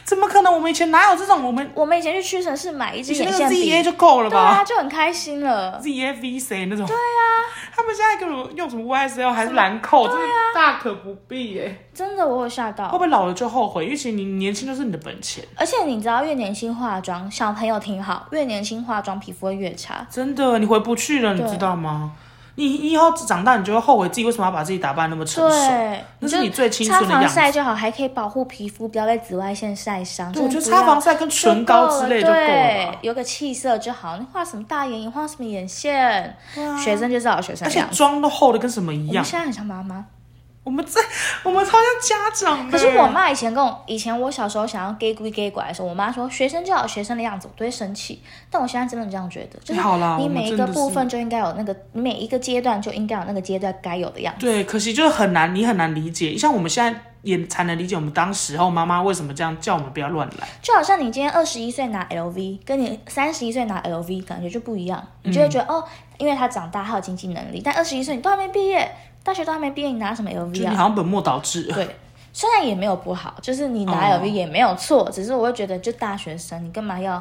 Speaker 2: 怎么可能？我们以前哪有这种？我们
Speaker 1: 我们以前去屈臣氏买一支
Speaker 2: 以前
Speaker 1: 眼
Speaker 2: 那
Speaker 1: 线
Speaker 2: 个 Z A
Speaker 1: 笔，
Speaker 2: 就够了
Speaker 1: 对
Speaker 2: 吧
Speaker 1: 啊，就很开心了。
Speaker 2: ？Z A V C 那种。对啊，他们现在根本用什么 Y S L 还是兰蔻，
Speaker 1: 啊
Speaker 2: 真的大可不必耶。
Speaker 1: 真的，我有吓
Speaker 2: 会不
Speaker 1: 到。
Speaker 2: 会老了就后悔？因为其实你年轻就是你的本钱，
Speaker 1: 而且你知道，越年轻化妆，小朋友挺好，越年轻化妆皮肤会越差。
Speaker 2: 真的，你回不去了，你
Speaker 1: 对
Speaker 2: 知道吗？你你以后长大，你就会后悔自己为什么要把自己打扮那么成熟。
Speaker 1: 对，
Speaker 2: 那是你最清
Speaker 1: 擦
Speaker 2: 纯的样
Speaker 1: 防
Speaker 2: 子。
Speaker 1: 晒就好，还可以保护皮肤，不要被紫外线晒伤。
Speaker 2: 对，我觉
Speaker 1: 真
Speaker 2: 得
Speaker 1: 的不要
Speaker 2: 擦防晒跟唇膏之类就够了
Speaker 1: 对
Speaker 2: 吧。，
Speaker 1: 有个气色就好。你画什么大眼影，画什么眼线，学生就是好学生
Speaker 2: 啊而
Speaker 1: 的
Speaker 2: 且
Speaker 1: 样子。
Speaker 2: 妆都厚的跟什么一
Speaker 1: 我
Speaker 2: 样
Speaker 1: 们。现在很像妈妈。
Speaker 2: 我们在我们超像家长的。欸
Speaker 1: 可是我妈以前跟我，以前我小时候想要 gay 归 gay 拐的时候，我妈说学生就要有学生的样子，我都会生气。但我现在真的这样觉得，就是
Speaker 2: 哎好啦
Speaker 1: 你
Speaker 2: 我们
Speaker 1: 每一
Speaker 2: 真
Speaker 1: 个
Speaker 2: 的
Speaker 1: 部
Speaker 2: 是
Speaker 1: 分就应该有那个，你每一个阶段就应该有那个阶段该有的样子。
Speaker 2: 对，可惜就是很难，你很难理解。像我们现在也才能理解我们当时候妈妈为什么这样叫我们不要乱来。
Speaker 1: 就好像你今天二十一岁拿 LV，跟你三十一岁拿 LV 感觉就不一样，你
Speaker 2: 嗯
Speaker 1: 就会觉得、哦，因为他长大，他有经济能力。但二十一岁你都还没毕业，大学都还没毕业，你拿什么
Speaker 2: 就
Speaker 1: LV
Speaker 2: 是你
Speaker 1: 啊？
Speaker 2: 好像本末倒置。
Speaker 1: 对，虽然也没有不好，就是你拿
Speaker 2: 哦
Speaker 1: LV 也没有错，只是我会觉得就大学生，你干嘛要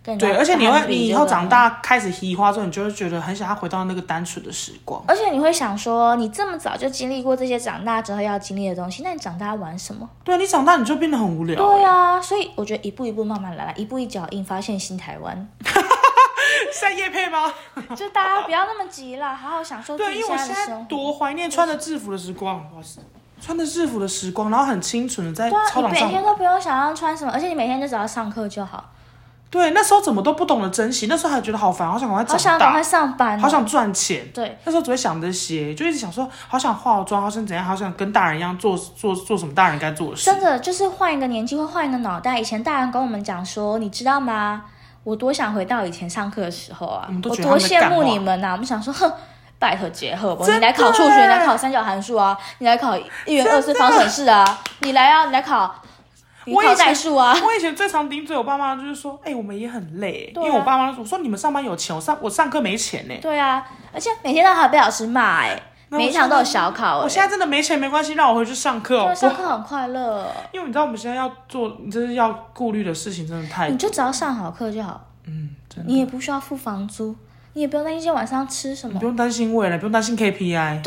Speaker 1: 跟人家
Speaker 2: 对，而且你
Speaker 1: 攀
Speaker 2: 会，
Speaker 1: 比
Speaker 2: 你以
Speaker 1: 这
Speaker 2: 后
Speaker 1: 个
Speaker 2: 长大开始嘻花之后，你就会觉得很想要回到那个单纯的时光。
Speaker 1: 而且你会想说，你这么早就经历过这些长大之后要经历的东西，那你长大玩什么？
Speaker 2: 对你长大你就变得很无聊。
Speaker 1: 对啊，所以我觉得一步一步慢慢来啦，一步一脚印发现新台 湾，
Speaker 2: 是在夜配吗？
Speaker 1: 就大家不要那么急啦，好好享受自
Speaker 2: 对，
Speaker 1: 己
Speaker 2: 因为我
Speaker 1: 在
Speaker 2: 现
Speaker 1: 的
Speaker 2: 在
Speaker 1: 生活。
Speaker 2: 多怀念穿着制服的时光。哇塞，穿着制服的时光，然后很清纯的在
Speaker 1: 对啊，
Speaker 2: 操
Speaker 1: 你
Speaker 2: 场
Speaker 1: 每
Speaker 2: 上
Speaker 1: 天都不用想要穿什么，而且你每天就只要上课就好。
Speaker 2: 对，那时候怎么都不懂得珍惜，那时候还觉得好烦，好想赶快
Speaker 1: 好想
Speaker 2: 长
Speaker 1: 赶快
Speaker 2: 大，
Speaker 1: 上班、哦，
Speaker 2: 好想赚钱。
Speaker 1: 对，
Speaker 2: 那时候只会想这些，就一直想说，好想化妆，好想怎样，好想跟大人一样做做做什么大人该做的事
Speaker 1: 真。的就是换一个年纪会换一个脑袋。以前大人跟我们讲说，你知道吗？我多想回到以前上课的时候啊
Speaker 2: 我们，都
Speaker 1: 我
Speaker 2: 觉得他
Speaker 1: 多
Speaker 2: 们在
Speaker 1: 羡慕
Speaker 2: 干嘛
Speaker 1: 你们呐、我们想说，哼。拜托结合吧，
Speaker 2: 真
Speaker 1: 你
Speaker 2: 的
Speaker 1: 来考数学，你来考三角函数啊，你来考一元二次方程式啊，你来啊，你来考，你
Speaker 2: 我以
Speaker 1: 考
Speaker 2: 前
Speaker 1: 代数啊，
Speaker 2: 我以前最常顶嘴我爸妈就是说，哎、我们也很累，
Speaker 1: 对啊
Speaker 2: 因为我爸妈我说你们上班有钱，我上我上课没钱呢、
Speaker 1: 对啊，而且每天都还被老师骂哎、
Speaker 2: 那
Speaker 1: 每一场都有小考哎、
Speaker 2: 我现在真的没钱没关系，让我回去上课
Speaker 1: 对啊
Speaker 2: 哦。
Speaker 1: 上
Speaker 2: 我
Speaker 1: 课很快乐，
Speaker 2: 因为你知道我们现在要做，就是要顾虑的事情真的太
Speaker 1: 你，就只要上好课就好，
Speaker 2: 嗯，真的，
Speaker 1: 你也不需要付房租，你也不用担心今天晚上吃什
Speaker 2: 你
Speaker 1: 么
Speaker 2: 不，用担心未来，不用担心 KPI。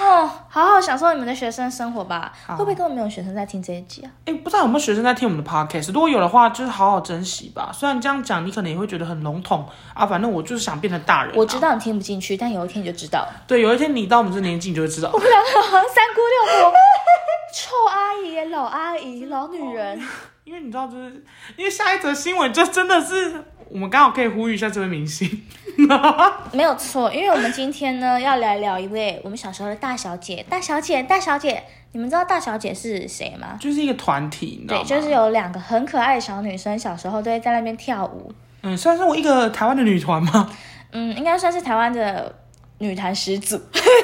Speaker 1: 哦，好好享受你们的学生生活吧。
Speaker 2: 好
Speaker 1: 会不会根本没有学生在听这一集啊？
Speaker 2: 哎、不知道有没有学生在听我们的 podcast？如果有的话，就是好好珍惜吧。虽然这样讲，你可能也会觉得很笼统啊，反正我就是想变成大人、啊。
Speaker 1: 我知道你听不进去，但有一天你就知道了。
Speaker 2: 对，有一天你到我们这年纪，你就会知道
Speaker 1: 我。们两个好像 三姑六婆， 臭阿姨、老阿姨、老女人，
Speaker 2: 因为你知道，就是因为下一则新闻，就真的是我们刚好可以呼吁一下这位明星。
Speaker 1: 没有错。因为我们今天呢要来聊一位我们小时候的大小姐，大小姐，大小姐，你们知道大小姐是谁吗？
Speaker 2: 就是一个团体，你知道
Speaker 1: 对，
Speaker 2: 吗？
Speaker 1: 就是有两个很可爱的小女生，小时候都会在那边跳舞。
Speaker 2: 嗯，算是我一个台湾的女团嘛。
Speaker 1: 嗯，应该算是台湾的女团始祖，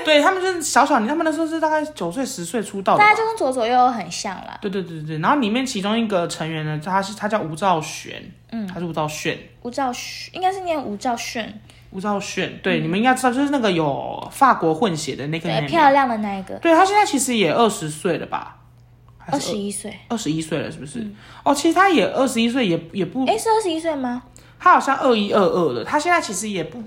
Speaker 2: 对他们就是小小，他们那时候是大概九岁十岁出道的
Speaker 1: 大
Speaker 2: 吧
Speaker 1: 家。就跟左左右右很像啦。
Speaker 2: 对对对对对，然后里面其中一个成员呢，他是他叫吴兆玄，嗯，他是吴兆炫，
Speaker 1: 吴兆炫应该是念吴兆炫，
Speaker 2: 吴兆炫，对，你们应该知道，就是那个有法国混血的那个
Speaker 1: 嗯对，
Speaker 2: 妹妹。
Speaker 1: 漂亮的那一个，
Speaker 2: 对，他现在其实也二十岁了吧？
Speaker 1: 二十一岁，
Speaker 2: 二十一岁了，是不是？哦，其实他也二十一岁，也也不
Speaker 1: 嗯诶，是二十一岁吗？
Speaker 2: 他好像二一二二了，他现在其实也不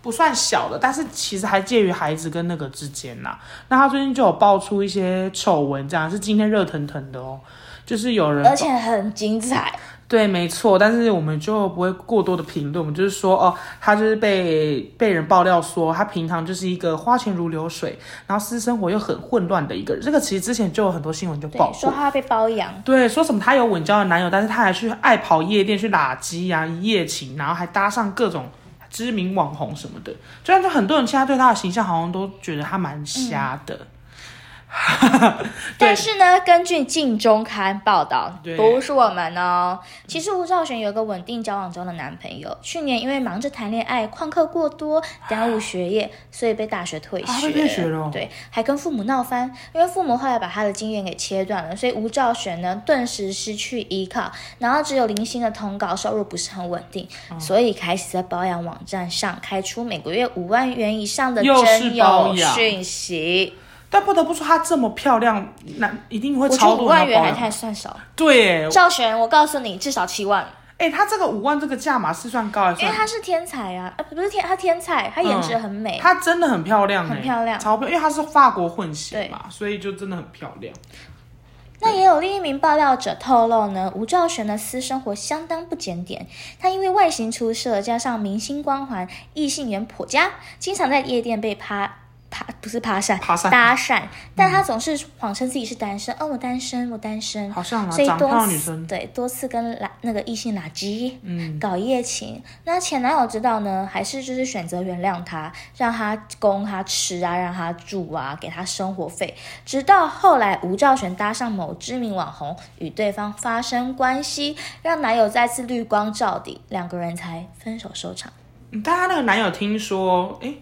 Speaker 2: 不算小了，但是其实还介于孩子跟那个之间呐、那他最近就有爆出一些丑闻，这样是今天热腾腾的哦，就是有人
Speaker 1: 而且很精彩，
Speaker 2: 对，没错，但是我们就不会过多的评论，我们就是说哦，他就是被被人爆料说他平常就是一个花钱如流水，然后私生活又很混乱的一个人。这个其实之前就有很多新闻就爆
Speaker 1: 对，说
Speaker 2: 过。
Speaker 1: 她被包养，
Speaker 2: 对，说什么她有稳交的男友，但是她还去爱跑夜店去拉鸡啊，一夜情，然后还搭上各种知名网红什么的。就然就很多人现在对她的形象好像都觉得她蛮瞎的，
Speaker 1: 但是呢，根据《镜周刊》报道，
Speaker 2: 对
Speaker 1: 不是我们哦。其实吴兆玄有个稳定交往中的男朋友，去年因为忙着谈恋爱，旷课过多，耽误学业，所以被大学退
Speaker 2: 啊
Speaker 1: 学。
Speaker 2: 被退学了哦
Speaker 1: 对，还跟父母闹翻，因为父母后来把他的经验给切断了，所以吴兆玄呢顿时失去依靠，然后只有零星的通告，收入不是很稳定，
Speaker 2: 啊
Speaker 1: 所以开始在保养网站上开出每个月五万元以上的
Speaker 2: 又是
Speaker 1: 征
Speaker 2: 包
Speaker 1: 友
Speaker 2: 养
Speaker 1: 讯息。
Speaker 2: 但不得不说她这么漂亮，那一定会
Speaker 1: 我觉
Speaker 2: 超
Speaker 1: 得五
Speaker 2: 多人
Speaker 1: 万
Speaker 2: 要
Speaker 1: 元
Speaker 2: 包
Speaker 1: 还
Speaker 2: 养。
Speaker 1: 太算少。
Speaker 2: 对，
Speaker 1: 赵璇，我告诉你，至少七万，
Speaker 2: 哎、他这个五万这个价码是算高还是
Speaker 1: 因为
Speaker 2: 算？
Speaker 1: 她是天才啊，呃，不是天，她天才，她颜值很美。
Speaker 2: 她真的很漂亮、欸，
Speaker 1: 很漂亮
Speaker 2: 超漂亮，因为她是法国混血嘛，所以就真的很漂亮。
Speaker 1: 那也有另一名爆料者透露呢，吴兆璇的私生活相当不检点。她因为外形出色，加上明星光环，异性缘颇佳，经常在夜店被趴。爬不是爬山，
Speaker 2: 爬山
Speaker 1: 搭讪，但她总是谎称自己是单身，哦，我单身，我单身，
Speaker 2: 好像啊
Speaker 1: 所以
Speaker 2: 长
Speaker 1: 多
Speaker 2: 漂亮
Speaker 1: 次
Speaker 2: 女生
Speaker 1: 对多次跟拉那个异性拉鸡，
Speaker 2: 嗯，
Speaker 1: 搞夜情。那前男友知道呢，还是就是选择原谅他，让他供他吃啊，让他住啊，给他生活费。直到后来吴兆玄搭上某知名网红，与对方发生关系，让男友再次绿光照底，两个人才分手收场。
Speaker 2: 嗯但她那个男友听说，哎、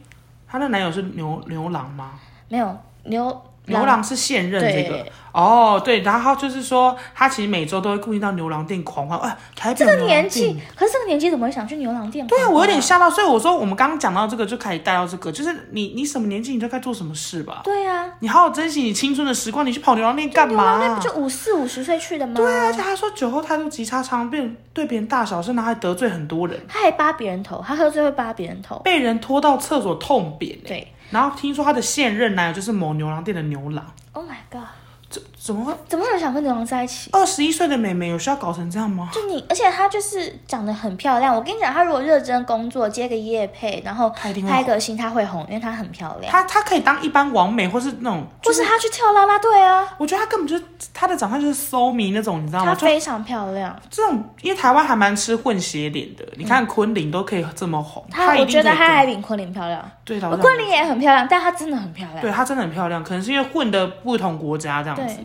Speaker 2: 她那男友是牛牛郎吗？
Speaker 1: 没有牛
Speaker 2: 牛郎是现任
Speaker 1: 对
Speaker 2: 这个哦，对，然后就是说他其实每周都会固定到牛郎店狂欢，哎、台北这
Speaker 1: 这个年纪，可是这个年纪怎么会想去牛郎店？
Speaker 2: 对啊，我有点。吓到，所以我说我们刚刚讲到这个就可以带到这个，就是你你什么年纪你就该做什么事吧，
Speaker 1: 对啊，
Speaker 2: 你好好珍惜你青春的时光，你去跑牛郎店干
Speaker 1: 牛
Speaker 2: 嘛、
Speaker 1: 郎店不就五四五十岁去的吗？对
Speaker 2: 而且他说酒后态度极差，常变对别人大小声，然后还得罪很多人，
Speaker 1: 他还扒别人头，他喝醉会扒别人头。
Speaker 2: 被人拖到厕所痛扁、欸。
Speaker 1: 对
Speaker 2: 然后听说他的现任男友就是某牛郎店的牛郎，
Speaker 1: ，Oh my god，
Speaker 2: 怎怎么会？
Speaker 1: 怎么会有人想跟牛郎在一起？
Speaker 2: 二十一岁的妹妹有需要搞成这样吗？
Speaker 1: 就你，而且她就是长得很漂亮。我跟你讲，她如果认真工作，接个夜配，然后
Speaker 2: 她一定会
Speaker 1: 拍个星，她会红，因为她很漂亮。
Speaker 2: 她她可以当一般王美，或是那种，
Speaker 1: 或是她去跳啦啦队啊，
Speaker 2: 我觉得她根本就是她的长相就是馊迷那种，你知道吗？
Speaker 1: 她
Speaker 2: 就
Speaker 1: 非常漂亮。
Speaker 2: 这种，因为台湾还蛮吃混血脸的，你看昆凌都可以这么红，
Speaker 1: 她，嗯
Speaker 2: 一
Speaker 1: 我
Speaker 2: 定
Speaker 1: 觉得
Speaker 2: 可以
Speaker 1: 她
Speaker 2: 更
Speaker 1: 还比昆凌漂亮。
Speaker 2: 对老
Speaker 1: 我
Speaker 2: 实讲
Speaker 1: 昆凌也很漂亮，但她真的很漂亮。
Speaker 2: 对她真的很漂亮，可能是因为混的不同国家这样子
Speaker 1: 对。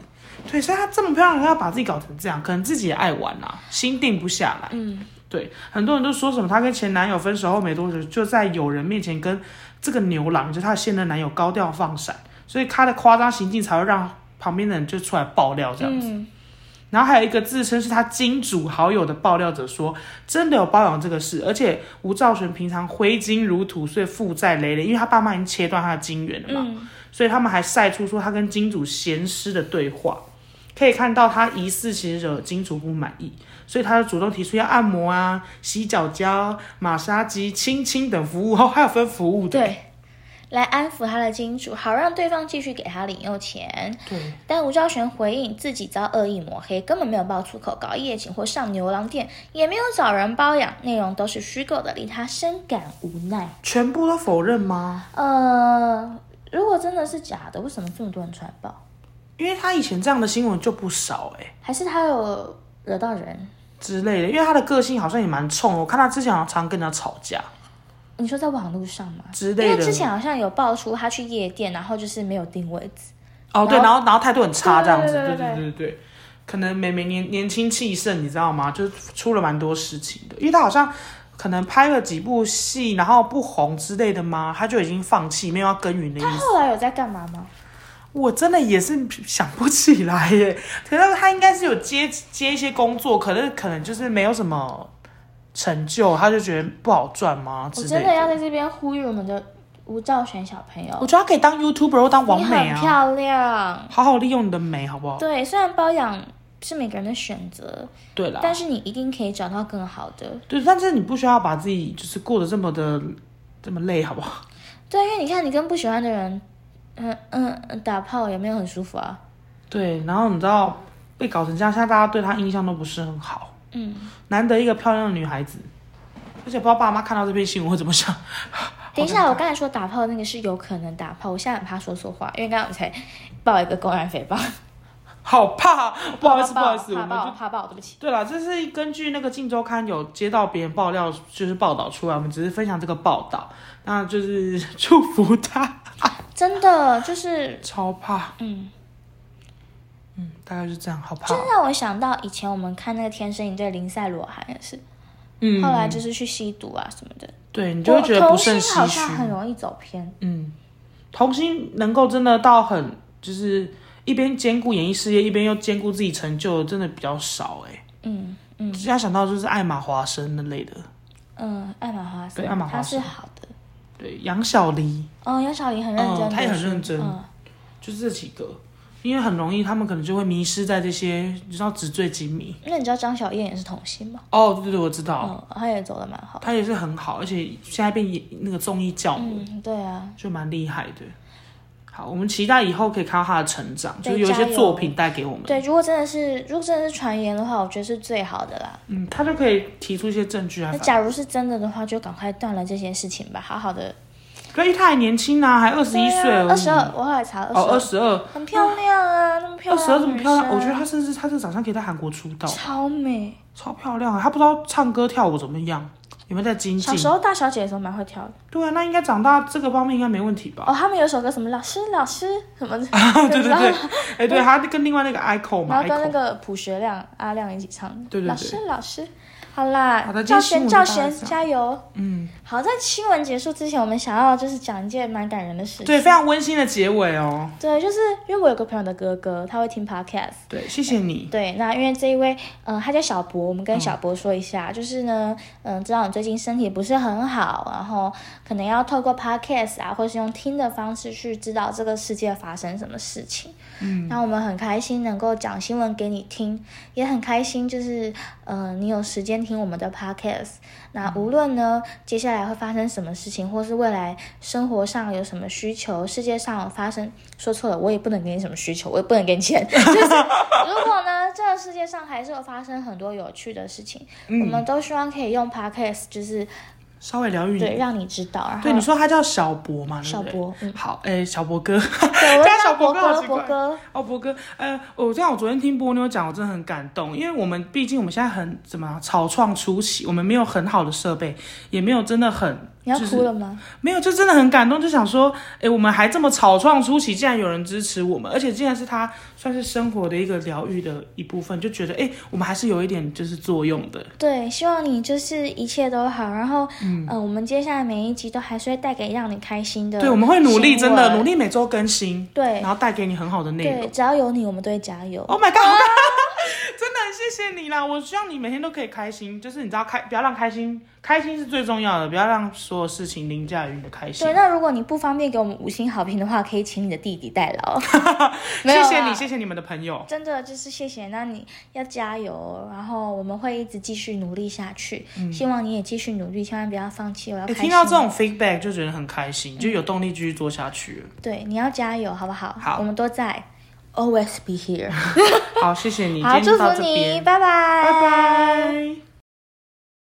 Speaker 2: 对，所以她这么漂亮，她要把自己搞成这样，可能自己也爱玩啦、心定不下来。
Speaker 1: 嗯，
Speaker 2: 对，很多人都说什么她跟前男友分手后没多久，就在友人面前跟这个牛郎，就是她的现任男友高调放闪，所以她的夸张行径才会让旁边的人就出来爆料这样子。
Speaker 1: 嗯，
Speaker 2: 然后还有一个自称是他金主好友的爆料者说，真的有包养这个事，而且吴兆玄平常挥金如土，所以负债累累，因为他爸妈已经切断他的金源了嘛，
Speaker 1: 嗯
Speaker 2: 所以他们还晒出说他跟金主闲诗的对话，可以看到他疑似其实惹金主不满意，所以他就主动提出要按摩啊、洗脚胶、马杀鸡、亲亲等服务，哦，还有分服务的，
Speaker 1: 对，来安抚她的金主，好让对方继续给她零用钱。
Speaker 2: 对
Speaker 1: 但吴兆玄回应自己遭恶意抹黑，根本没有爆粗口、搞夜景或上牛郎店，也没有找人包养，内容都是虚构的，令他深感无奈。
Speaker 2: 全部都否认吗？
Speaker 1: 呃，如果真的是假的，为什么这么多人传爆？
Speaker 2: 因为他以前这样的新闻就不少哎、
Speaker 1: 还是他有惹到人？
Speaker 2: 之类的，因为他的个性好像也蛮冲的，我看他之前好像常跟人家吵架
Speaker 1: 你说在网络上吗？
Speaker 2: 之
Speaker 1: 因
Speaker 2: 类
Speaker 1: 为
Speaker 2: 的。
Speaker 1: 之前好像有爆出他去夜店，然后就是没有定位置。
Speaker 2: 哦，对，然后然后态度很差这样子，
Speaker 1: 对对
Speaker 2: 对对
Speaker 1: 对
Speaker 2: 对对。可能每每年年轻气盛，你知道吗？就出了蛮多事情的，因为他好像可能拍了几部戏，然后不红之类的嘛，他就已经放弃，没有要耕耘的意思。
Speaker 1: 后来有在干嘛吗？
Speaker 2: 我真的也是想不起来耶。可是他应该是有接接一些工作，可是可能就是没有什么成就，他就觉得不好赚嘛啊之
Speaker 1: 我
Speaker 2: 类
Speaker 1: 真的要在这边呼吁我们的吴兆玄小朋友
Speaker 2: 我，觉得他可以当 YouTuber 或当网
Speaker 1: 你
Speaker 2: 美
Speaker 1: 很
Speaker 2: 啊，
Speaker 1: 漂亮。
Speaker 2: 好好利用你的美，好不好？
Speaker 1: 对，虽然包养是每个人的选择，
Speaker 2: 对啦，
Speaker 1: 但是你一定可以找到更好的。
Speaker 2: 对，但是你不需要把自己就是过得这么的这么累，好不好？
Speaker 1: 对，因为你看，你跟不喜欢的人，嗯嗯，打炮也没有很舒服啊。
Speaker 2: 对，然后你知道被搞成这样，现在大家对她印象都不是很好，
Speaker 1: 嗯，
Speaker 2: 难得一个漂亮的女孩子，而且不知道爸妈看到这篇新闻会怎么想。
Speaker 1: 等一下，我刚才说打炮那个是有可能打炮，我现在很怕说错话，因为刚刚我才爆一个公然诽谤。
Speaker 2: 好怕， 不好意思，不
Speaker 1: 怕爆
Speaker 2: 好意思，我
Speaker 1: 怕
Speaker 2: 们
Speaker 1: 爆，
Speaker 2: 就
Speaker 1: 怕爆，对不起。
Speaker 2: 对啦，这是根据那个《镜周刊》有接到别人爆料，就是报道出来，我们只是分享这个报道，那就是祝福她，
Speaker 1: 真的就是，
Speaker 2: 超怕，
Speaker 1: 嗯，
Speaker 2: 嗯，大概就这样，好怕
Speaker 1: 真。让我想到以前我们看那个《天生一对》林赛罗韩也是，
Speaker 2: 嗯，
Speaker 1: 后来就是去吸毒啊什么的，
Speaker 2: 对你
Speaker 1: 你
Speaker 2: 就会觉得不胜
Speaker 1: 好
Speaker 2: 唏嘘
Speaker 1: 像。很容易走偏。
Speaker 2: 嗯，童星能够真的到很就是一边兼顾演艺事业，一边又兼顾自己成就，真的比较少哎、
Speaker 1: 嗯
Speaker 2: 嗯，现在想到就是艾玛华生那类的，
Speaker 1: 嗯，艾玛华森，
Speaker 2: 对艾玛华
Speaker 1: 他是
Speaker 2: 森
Speaker 1: 好的。
Speaker 2: 对杨小黎，
Speaker 1: 哦，杨小林很认真、
Speaker 2: 嗯她也很认真
Speaker 1: 嗯，
Speaker 2: 就是这几个，因为很容易他们可能就会迷失在这些，你知道纸醉金迷。
Speaker 1: 那你知道张小燕也是童星吗？
Speaker 2: 哦，对对对，我知道，
Speaker 1: 嗯，她也走的蛮好。
Speaker 2: 他也是很好，而且现在变演那个综艺教母，
Speaker 1: 嗯，对啊，
Speaker 2: 就蛮厉害的。好，我们期待以后可以看到他的成长，就
Speaker 1: 对
Speaker 2: 是有一
Speaker 1: 加
Speaker 2: 些
Speaker 1: 油
Speaker 2: 作品带给我们。
Speaker 1: 对，如果真的是，如果真的是传言的话，我觉得是最好的啦。
Speaker 2: 嗯，他就可以提出一些证据啊来
Speaker 1: 那
Speaker 2: 反。
Speaker 1: 假如是真的的话，就赶快断了这些事情吧，好好的。
Speaker 2: 对，因为他还年轻啊，还二十一岁而已
Speaker 1: 二十二，我后来查
Speaker 2: 哦，
Speaker 1: 二
Speaker 2: 二
Speaker 1: 十
Speaker 2: 十二，
Speaker 1: 二，很漂亮啊，那么漂
Speaker 2: 二
Speaker 1: 亮，
Speaker 2: 十二这么漂亮，我觉得她甚至她这个长相可以在韩国出道，
Speaker 1: 超美。
Speaker 2: 超漂亮啊！她不知道唱歌跳舞怎么样，有没有在精
Speaker 1: 小
Speaker 2: 进？
Speaker 1: 时候大小姐的时候蛮会跳的
Speaker 2: 对啊，那应该长大这个方面应该没问题吧？
Speaker 1: 哦，他们有首歌什么老师老师什么的，
Speaker 2: 对对
Speaker 1: 你知道吗
Speaker 2: 对，哎，对，她跟另外那个 ICO
Speaker 1: 然
Speaker 2: 嘛
Speaker 1: 后跟那
Speaker 2: ，ICO，
Speaker 1: 个朴学亮、阿亮一起唱的。
Speaker 2: 对对对
Speaker 1: 老师，老师，好啦
Speaker 2: 好，的
Speaker 1: 赵
Speaker 2: 今天新
Speaker 1: 璇，
Speaker 2: 闻
Speaker 1: 赵
Speaker 2: 大概
Speaker 1: 璇，
Speaker 2: 是这样
Speaker 1: 加油！
Speaker 2: 嗯，
Speaker 1: 好，在新闻结束之前，我们想要就是讲一件蛮感人的事情。
Speaker 2: 对，非常温馨的结尾哦。
Speaker 1: 对，就是因为我有个朋友的哥哥，他会听 podcast。
Speaker 2: 对，谢谢你。
Speaker 1: 对，那因为这一位，嗯、他叫小博，我们跟小博说一下，就是呢，嗯、知道你最近身体不是很好，然后可能要透过 podcast 啊，或是用听的方式去知道这个世界发生什么事情。嗯，那我们很开心能够讲新闻给你听，也很开心，就是，嗯、你有时间边听我们的 podcast。那无论呢接下来会发生什么事情，或是未来生活上有什么需求，世界上有发生，说错了，我也不能给你什么需求，我也不能给你钱。 就是如果呢这个世界上还是有发生很多有趣的事情，
Speaker 2: 嗯
Speaker 1: 我们都希望可以用 podcast，就是
Speaker 2: 稍微疗愈
Speaker 1: 对
Speaker 2: 你。
Speaker 1: 让你知道，然后
Speaker 2: 嗯对，你说他叫小博嘛？对
Speaker 1: 小
Speaker 2: 不对
Speaker 1: 博嗯
Speaker 2: 好，哎，小博哥，
Speaker 1: 对我
Speaker 2: 叫
Speaker 1: 叫
Speaker 2: 小
Speaker 1: 博
Speaker 2: 博哥好
Speaker 1: 哥，
Speaker 2: 奇
Speaker 1: 博
Speaker 2: 怪。
Speaker 1: 哥，
Speaker 2: 哦，博哥，呃，我这样，我昨天听波妞讲，我真的很感动，因为我们毕竟我们现在很怎么样啊草创初期，我们没有很好的设备，也没有真的很
Speaker 1: 你要
Speaker 2: 就是
Speaker 1: 哭了吗？
Speaker 2: 没有，就真的很感动，就想说，哎，我们还这么草创初期，竟然有人支持我们，而且竟然是他算是生活的一个疗愈的一部分，就觉得哎，我们还是有一点就是作用的。
Speaker 1: 对，希望你就是一切都好，然后，嗯、我们接下来每一集都还是会带给让你开心的。
Speaker 2: 对，我们会努力，真的
Speaker 1: 力。
Speaker 2: 努力每周更新，
Speaker 1: 对
Speaker 2: 然后带给你很好的内容
Speaker 1: 对，。只要有你，我们都会加油。
Speaker 2: Oh my god！、真的很谢谢你啦！我希望你每天都可以开心，就是你知道开，不要让开心，开心是最重要的，不要让所有事情凌驾于你的开心
Speaker 1: 对，。那如果你不方便给我们五星好评的话，可以请你的弟弟代 劳。没有
Speaker 2: 谢
Speaker 1: 啊
Speaker 2: 谢你，谢谢你们的朋友。
Speaker 1: 真的就是谢谢，那你要加油，然后我们会一直继续努力下去，希望你也继续努力，千万不要放弃。我要
Speaker 2: 诶
Speaker 1: 开
Speaker 2: 嗯听
Speaker 1: 心，
Speaker 2: 到这种 feedback 就觉得很开心，就有动力继续做下去了。
Speaker 1: 对，你要加油，好不好？
Speaker 2: 好
Speaker 1: 我们都在，always be here。
Speaker 2: 好，谢谢你，
Speaker 1: 好，
Speaker 2: 今天
Speaker 1: 祝
Speaker 2: 就到
Speaker 1: 福
Speaker 2: 这
Speaker 1: 你，
Speaker 2: 边，
Speaker 1: 拜拜，
Speaker 2: 拜拜。